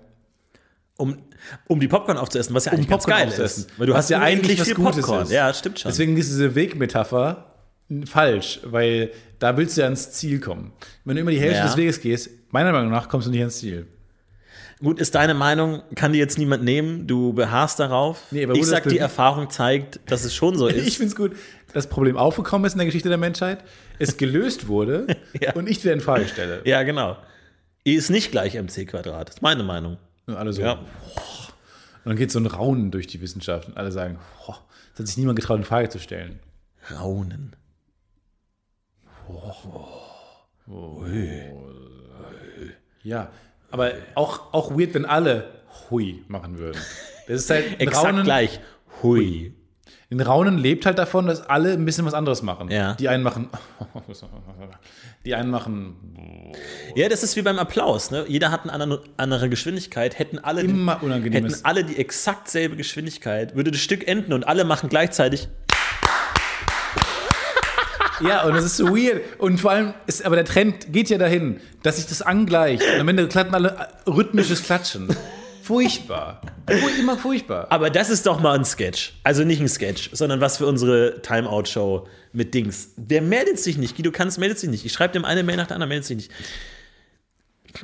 D: Um, um die Popcorn aufzuessen, was ja eigentlich
C: Popcorn
D: ganz geil
C: aufzuessen.
D: ist. Weil du
C: Was
D: hast
C: ja
D: ja
C: eigentlich
D: eigentlich
C: was
D: viel
C: Gutes
D: Popcorn.
C: ist.
D: Ja, stimmt schon.
C: Deswegen ist diese Wegmetapher falsch, weil da willst du ja ans Ziel kommen. Wenn du immer die Hälfte
D: Ja.
C: des Weges gehst, meiner Meinung nach kommst du nicht ans Ziel.
D: Gut, ist deine Meinung, kann dir jetzt niemand nehmen, du beharrst darauf.
C: Nee, aber
D: ich
C: wurde das
D: sag, die
C: bewi-
D: Erfahrung zeigt, dass es schon so ist.
C: <laughs> Ich finde es gut, dass Problem aufgekommen ist in der Geschichte der Menschheit, es gelöst wurde
D: <laughs> Ja.
C: und ich wieder in Frage stelle.
D: ja, genau. E ist nicht gleich MC Quadrat, ist meine Meinung.
C: Und alle so,
D: Ja.
C: boah. Und dann geht so ein Raunen durch die Wissenschaft und alle sagen, boah, das hat sich niemand getraut, in Frage zu stellen.
D: Raunen.
C: Ja, aber auch, auch weird, wenn alle hui machen würden. Das ist halt ein
D: <laughs> Exakt
C: Raunen.
D: gleich. Hui.
C: Ein Raunen lebt halt davon, dass alle ein bisschen was anderes machen.
D: Ja.
C: Die einen machen, <laughs> die einen machen
D: Ja, das ist wie beim Applaus. Ne? Jeder hat eine andere- andere Geschwindigkeit. Hätten alle, die-
C: Immer unangenehmes-
D: hätten alle die exakt selbe Geschwindigkeit, würde das Stück enden und alle machen gleichzeitig.
C: Ja, und das ist so weird. Und vor allem, ist, aber der Trend geht ja dahin, dass sich das angleicht. Und am Ende klatten alle äh, rhythmisches Klatschen. Furchtbar. Fu- Immer furchtbar.
D: Aber das ist doch mal ein Sketch. Also nicht ein Sketch, sondern was für unsere Timeout-Show mit Dings. Der meldet sich nicht. Guido Kanz meldet sich nicht. Ich schreibe dem eine Mail nach der anderen, meldet sich nicht.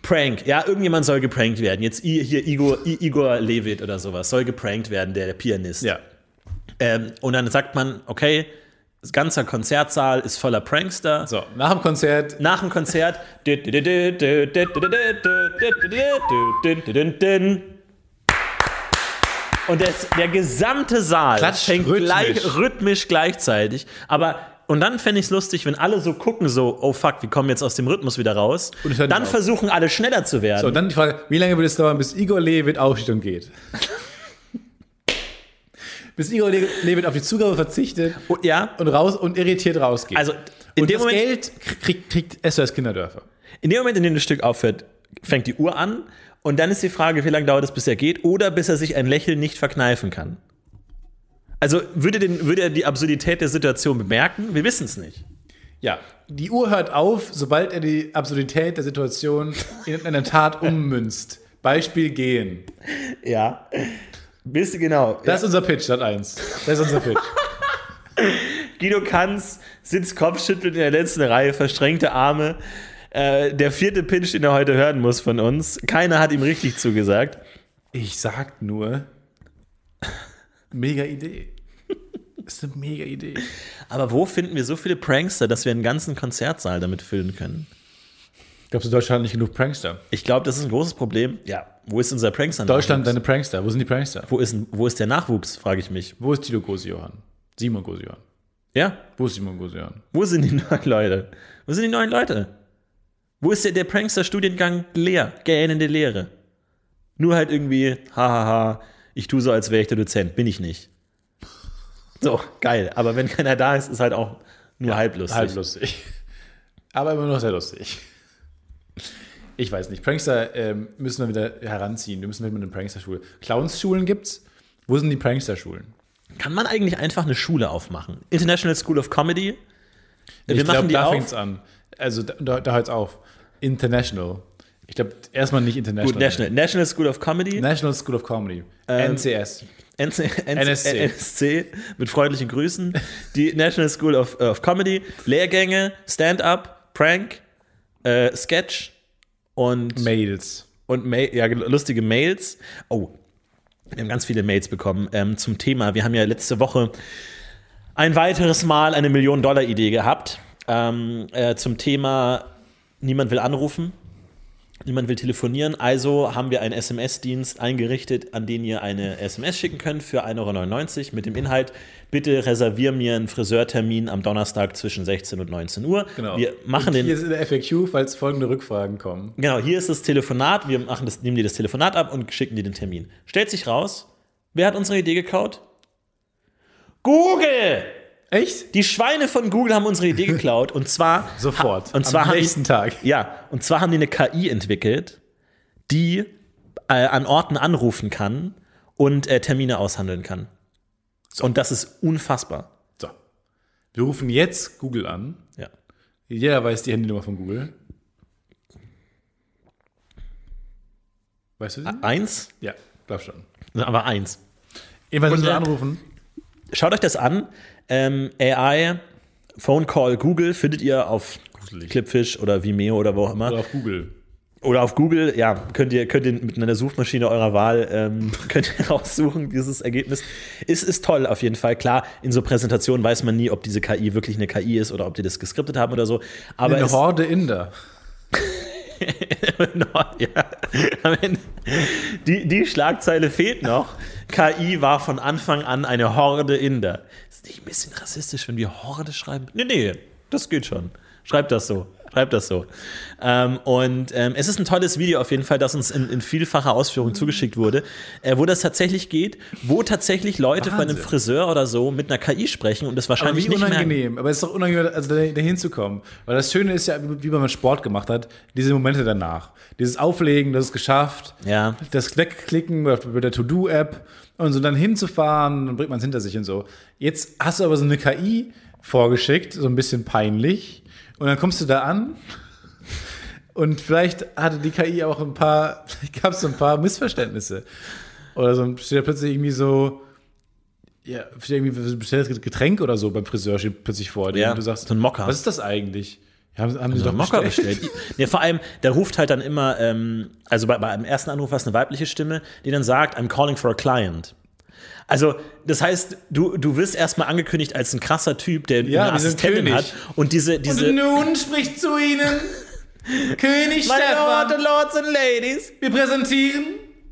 D: Prank. Ja, irgendjemand soll geprankt werden. Jetzt I- hier Igor, I- Igor Levit oder sowas soll geprankt werden, der, der Pianist.
C: Ja.
D: Ähm, und dann sagt man, okay, das ganze Konzertsaal ist voller Prankster.
C: So, Also, nach dem Konzert.
D: Nach dem Konzert. Und das, der gesamte Saal
C: Klatscht
D: fängt
C: rhythmisch.
D: gleich rhythmisch gleichzeitig. Aber und dann fände ich es lustig, wenn alle so gucken, so, oh fuck, wir kommen jetzt aus dem Rhythmus wieder raus.
C: Und es hört nicht
D: dann
C: auf.
D: versuchen alle schneller zu werden.
C: So, und dann die Frage, wie lange würde es dauern, bis Igor Levit aufsteht und geht? bis Igor Le- Levit auf die Zugabe verzichtet
D: Und- ja.
C: und raus und irritiert rausgeht.
D: Also, in
C: und
D: dem
C: das
D: Moment-
C: Geld kriegt, kriegt SOS Kinderdörfer.
D: In dem Moment, in dem das Stück aufhört, fängt die Uhr an und dann ist die Frage, wie lange dauert es, bis er geht oder bis er sich ein Lächeln nicht verkneifen kann. Also würde, den, würde er die Absurdität der Situation bemerken? Wir wissen es nicht.
C: Ja, die Uhr hört auf, sobald er die Absurdität der Situation in einer Tat ummünzt. Beispiel gehen.
D: Ja. Bist du genau.
C: Das ist unser Pitch, statt eins. Das ist unser Pitch.
D: Guido Kanz sitzt kopfschüttelnd in der letzten Reihe, verstrengte Arme. Äh, der vierte Pinch, den er heute hören muss von uns. Keiner hat ihm richtig zugesagt.
C: Ich sag nur, mega Idee. Ist eine mega Idee.
D: Aber wo finden wir so viele Prankster, dass wir einen ganzen Konzertsaal damit füllen können?
C: Glaubst du, Deutschland hat nicht genug Prankster?
D: Ich glaube, das ist ein großes Problem. Ja. Wo ist unser Prankster?
C: Deutschland, äh deine Prankster. Wo sind die Prankster?
D: Wo ist, wo ist der Nachwuchs, frage ich mich.
C: Wo ist Tilo Gosi-Johann? Simon Gosi-Johann.
D: Ja,
C: Wo ist Simon Gosi-Johann?
D: wo sind die <laughs> neuen Leute? Wo sind die neuen Leute? Wo ist der, der Prankster-Studiengang leer, gähnende Lehre? Nur halt irgendwie, hahaha, ich tue so, als wäre ich der Dozent, bin ich nicht. So, geil. Aber wenn keiner da ist, ist halt auch nur halb lustig.
C: Halb Halt lustig. Aber immer noch sehr lustig. Ich weiß nicht. Prankster ähm, müssen wir wieder heranziehen. Wir müssen wieder mit den Prankster-Schule. Clowns-Schulen gibt's? Wo sind die Prankster-Schulen?
D: Kann man eigentlich einfach eine Schule aufmachen? International School of Comedy? Wir
C: ich glaube,
D: machen die
C: da
D: auf.
C: fängt's an. Also da, da, da hört's auf. International. Ich glaube, erstmal nicht international.
D: Gut, National, Ähm, National School of Comedy.
C: National School of Comedy. NCS.
D: NC, NSC.
C: NSC.
D: mit freundlichen Grüßen. Die National School of, of Comedy, Lehrgänge, Stand-up, Prank, äh, Sketch und,
C: Mails.
D: und Ma ja, lustige Mails. Oh, wir haben ganz viele Mails bekommen ähm, zum Thema. Wir haben ja letzte Woche ein weiteres Mal eine Million-Dollar-Idee gehabt ähm, äh, zum Thema Niemand will anrufen. Niemand will telefonieren, also haben wir einen SMS-Dienst eingerichtet, an den ihr eine SMS schicken könnt für 1,99 Euro mit dem Inhalt, bitte reservier mir einen Friseurtermin am Donnerstag zwischen 16 und 19 Uhr. Wir machen
C: Und
D: den
C: Hier ist in der FAQ, falls folgende Rückfragen kommen.
D: Genau, hier ist das Telefonat, wir machen das, nehmen dir das Telefonat ab und schicken dir den Termin. Stellt sich raus, wer hat unsere Idee geklaut? Google!
C: Echt?
D: Die Schweine von Google haben unsere Idee geklaut und zwar
C: Sofort.
D: und zwar
C: Am
D: haben die-
C: nächsten Tag.
D: ja, und zwar haben die eine KI entwickelt, die äh, an Orten anrufen kann und äh, Termine aushandeln kann. Und das ist unfassbar.
C: So. Wir rufen jetzt Google an.
D: Ja.
C: Jeder weiß die Handynummer von Google. Weißt du
D: Ah.
C: die?
D: Eins,
C: Ja, glaub schon.
D: aber eins.
C: Jedenfalls müssen wir
D: äh,
C: anrufen.
D: Schaut euch das an. Ähm, AI, Phone Call Google findet ihr auf
C: Gruselig.
D: Clipfish oder Vimeo oder wo auch immer.
C: Oder auf Google.
D: Oder auf Google, ja, könnt ihr, könnt ihr mit einer Suchmaschine eurer Wahl ähm, <laughs> könnt ihr raussuchen, dieses Ergebnis. Es ist toll auf jeden Fall. Klar, in so Präsentationen weiß man nie, ob diese KI wirklich eine KI ist oder ob die das geskriptet haben oder so. Aber
C: Eine
D: es,
C: Horde Inder.
D: Genau, ja. Am Ende- die, die Schlagzeile fehlt noch. KI war von Anfang an eine Horde Inder. Ist nicht ein bisschen rassistisch, wenn wir Horde schreiben? Nee, nee, das geht schon. Schreibt das so. Schreibt das so. Ähm, und ähm, es ist ein tolles Video auf jeden Fall, das uns in, in vielfacher
C: Mhm.
D: Ausführung zugeschickt wurde, äh, wo das tatsächlich geht, wo tatsächlich Leute von einem
C: Wahnsinn.
D: Friseur oder so mit einer KI sprechen und das
C: Aber
D: wahrscheinlich
C: wie
D: nicht merken.
C: unangenehm. Aber es ist doch unangenehm, also da, da hinzukommen. Weil das Schöne ist ja, wie wenn man Sport gemacht hat, diese Momente danach. Dieses Auflegen, das ist geschafft.
D: Ja.
C: Das Wegklicken mit mit der To-Do-App und so dann hinzufahren, dann bringt man es hinter sich und so. Jetzt hast du aber so eine KI vorgeschickt, so ein bisschen peinlich. Und dann kommst du da an. Und vielleicht hatte die KI auch ein paar, <laughs> vielleicht gab es so ein paar Missverständnisse. Oder so steht da plötzlich irgendwie so, ja, steht irgendwie ein bestimmtes Getränk oder so beim Friseur steht plötzlich vor dir.
D: Ja,
C: und du sagst,
D: so ein Mokka.
C: Was ist das eigentlich? Ja, Haben, haben sie
D: So
C: doch
D: einen Mocker
C: bestellt.
D: bestellt.
C: <laughs>
D: ja, vor allem, der ruft halt dann immer, ähm, also bei, bei einem ersten Anruf war es eine weibliche Stimme, die dann sagt, I'm calling for a client. Also, das heißt, du, du wirst erstmal angekündigt als ein krasser Typ,
C: Ja,
D: der eine
C: wie so ein
D: Assistentin
C: König.
D: hat. Und diese, diese
C: Und Also nun spricht zu
D: <laughs>
C: ihnen König
D: My
C: Stefan.
D: Lord and Lords and Ladies,
C: Wir präsentieren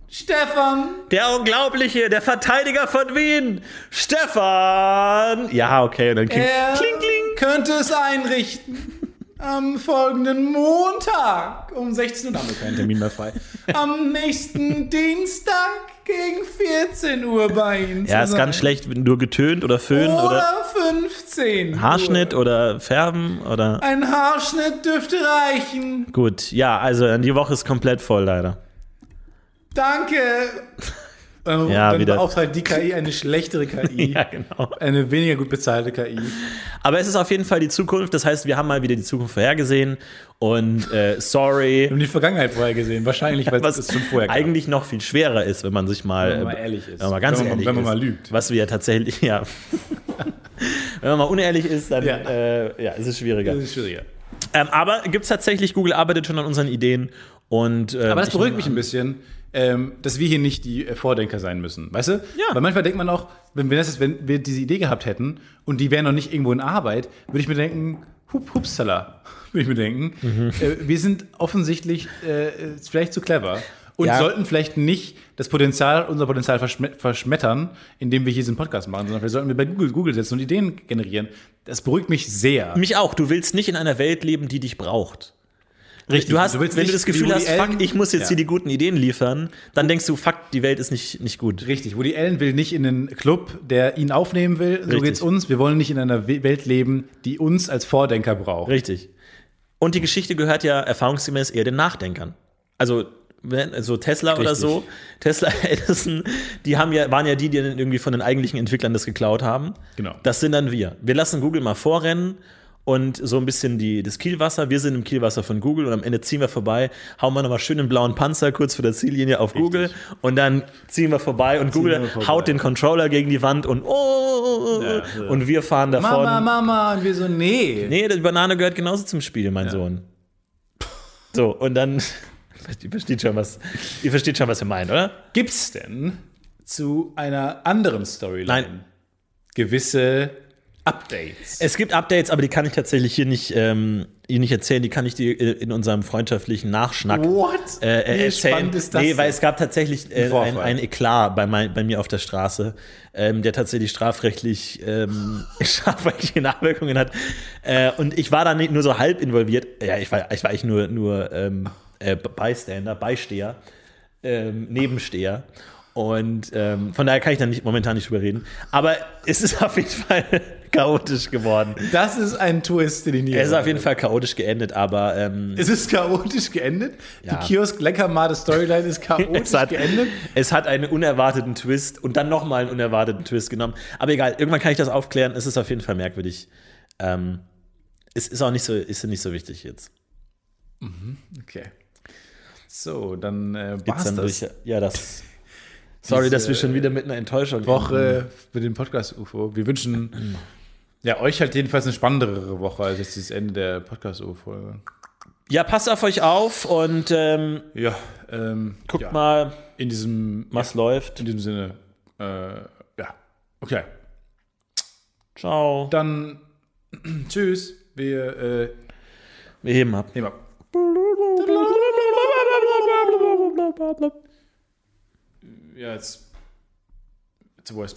C: Stefan.
D: der Unglaubliche, der Verteidiger von Wien, Stefan. Ja, okay, und dann klingt,
C: Er
D: kling, kling.
C: könnte es einrichten. Am folgenden Montag um 16 Uhr. Da haben wir keinen Termin mehr frei. Am
D: <laughs>
C: nächsten Dienstag gegen 14 Uhr bei Ihnen.
D: Ja,
C: zu
D: ist
C: sein.
D: ganz schlecht, nur getönt oder föhn oder,
C: Oder 15. Uhr.
D: Haarschnitt oder Färben oder.
C: Ein Haarschnitt dürfte reichen.
D: Gut, ja, also dann die Woche ist komplett
C: <laughs>
D: voll leider. <laughs>
C: Danke. Ähm,
D: Ja,
C: dann
D: wieder.
C: beauftragt die KI eine schlechtere
D: <laughs>
C: KI.
D: genau.
C: Eine weniger gut bezahlte KI.
D: Aber es ist auf jeden Fall die Zukunft. Das heißt, wir haben mal wieder die Zukunft vorhergesehen. Und äh, sorry,
C: <laughs> Wir haben die Vergangenheit vorher gesehen. Wahrscheinlich, weil
D: was
C: es schon vorher gab.
D: eigentlich noch viel schwerer ist, wenn man sich mal,
C: Wenn man mal
D: äh,
C: ehrlich ist.
D: Wenn man mal ganz
C: Wenn man-
D: ehrlich
C: wenn man
D: ist,
C: mal lügt.
D: Was wir ja tatsächlich, <laughs> ja. wenn man mal unehrlich ist, dann
C: Ja.
D: ja. Äh, ja, ist es schwieriger.
C: Das ist schwieriger.
D: Ähm, aber gibt es tatsächlich, Google arbeitet schon an unseren Ideen. Und, ähm,
C: Aber das
D: ich
C: beruhigt
D: nehme
C: mich
D: an-
C: ein bisschen, ähm, dass wir hier nicht die äh, Vordenker sein müssen. Weißt du?
D: Ja.
C: Weil manchmal denkt man auch, wenn wir, das jetzt, wenn wir diese Idee gehabt hätten und die wäre noch nicht irgendwo in Arbeit, würde ich mir denken, hup, hupsala, <laughs> würde ich mir denken.
D: Mhm.
C: Äh, wir sind offensichtlich äh, äh, vielleicht zu clever. Und
D: Ja.
C: sollten vielleicht nicht das Potenzial, unser Potenzial verschme verschmettern, indem wir hier diesen Podcast machen, sondern vielleicht sollten wir bei Google, Google setzen und Ideen generieren. Das beruhigt mich sehr.
D: Mich auch. Du willst nicht in einer Welt leben, die dich braucht.
C: Richtig.
D: Du hast,
C: Du willst
D: wenn du
C: nicht
D: das Gefühl
C: wie
D: hast,
C: Woody
D: fuck,
C: Allen-
D: ich muss jetzt
C: Ja.
D: hier die guten Ideen liefern, dann denkst du, fuck, die Welt ist nicht, nicht gut.
C: Richtig, Woody Allen will nicht in den Club, der ihn aufnehmen will. So
D: Richtig.
C: geht's uns. Wir wollen nicht in einer We- Welt leben, die uns als Vordenker braucht.
D: Richtig. Und die Geschichte gehört ja erfahrungsgemäß eher den Nachdenkern. Also, wenn- also Tesla oder
C: Richtig.
D: so, Tesla, <laughs> Edison, die haben ja, waren ja die, die dann irgendwie von den eigentlichen Entwicklern das geklaut haben.
C: Genau.
D: Das sind dann wir. Wir lassen Google mal vorrennen und so ein bisschen die, das Kielwasser. Wir sind im Kielwasser von Google und am Ende ziehen wir vorbei, hauen wir nochmal schön den blauen Panzer kurz vor der Ziellinie auf Google und dann ziehen wir vorbei und Google
C: wir vorbei.
D: haut den Controller gegen die Wand und oh,
C: Ja, so.
D: und wir fahren davon.
C: Mama, Mama, und wir so, nee.
D: Nee, die Banane gehört genauso zum Spiel, mein Sohn. So, und dann. <laughs> Ihr versteht schon, was, ihr versteht schon, was ihr meint, oder?
C: Gibt's denn zu einer anderen Storyline
D: Nein.
C: gewisse Updates?
D: Es gibt Updates, aber die kann ich tatsächlich hier nicht, ähm, hier nicht erzählen. Die kann ich dir äh, in unserem freundschaftlichen Nachschnack
C: What?
D: äh, äh,
C: Wie
D: erzählen.
C: spannend ist das?
D: nee,
C: denn?
D: weil es gab tatsächlich äh,
C: Ein Vorfall.
D: ein, ein Eklat bei, mein, bei mir auf der Straße, ähm, der tatsächlich strafrechtlich ähm, <laughs> strafrechtliche Nachwirkungen hat. Äh, und ich war da nicht nur so halb involviert. Ja, ich war, ich war eigentlich nur, nur ähm, äh, Bystander, Beisteher, ähm, Nebensteher. Und ähm, von daher kann ich da nicht, momentan nicht drüber reden. Aber es ist <laughs> auf jeden Fall chaotisch geworden.
C: das ist ein Twist in die Niere.
D: Es ist auf jeden Fall chaotisch geendet, aber ähm,
C: Es ist chaotisch geendet.
D: Ja.
C: Die Kiosk-Leckermade-Storyline
D: <laughs>
C: ist chaotisch
D: es hat,
C: geendet.
D: Es hat einen unerwarteten Twist und dann nochmal einen unerwarteten Twist genommen. Aber egal, irgendwann kann ich das aufklären. Es ist auf jeden Fall merkwürdig. Ähm, es ist auch nicht so, ist nicht so wichtig jetzt.
C: Okay. So, dann äh,
D: Jetzt
C: war's
D: dann
C: das.
D: durch, ja, das. <laughs> Sorry, dass wir schon wieder mit einer Enttäuschung
C: Woche
D: Mhm.
C: mit dem Podcast UFO. Wir wünschen ja euch halt jedenfalls eine spannendere Woche als jetzt dieses Ende der Podcast UFO. Folge.
D: Ja, passt auf euch auf und ähm,
C: Ja, ähm,
D: guckt
C: ja.
D: mal,
C: In diesem,
D: was läuft.
C: in diesem Sinne, äh, ja. Okay,
D: Ciao.
C: dann <clears throat> tschüss. Wir äh,
D: Wir heben ab.
C: nehmen ab.
D: Ah!
C: Ja, jetzt. It's a voice.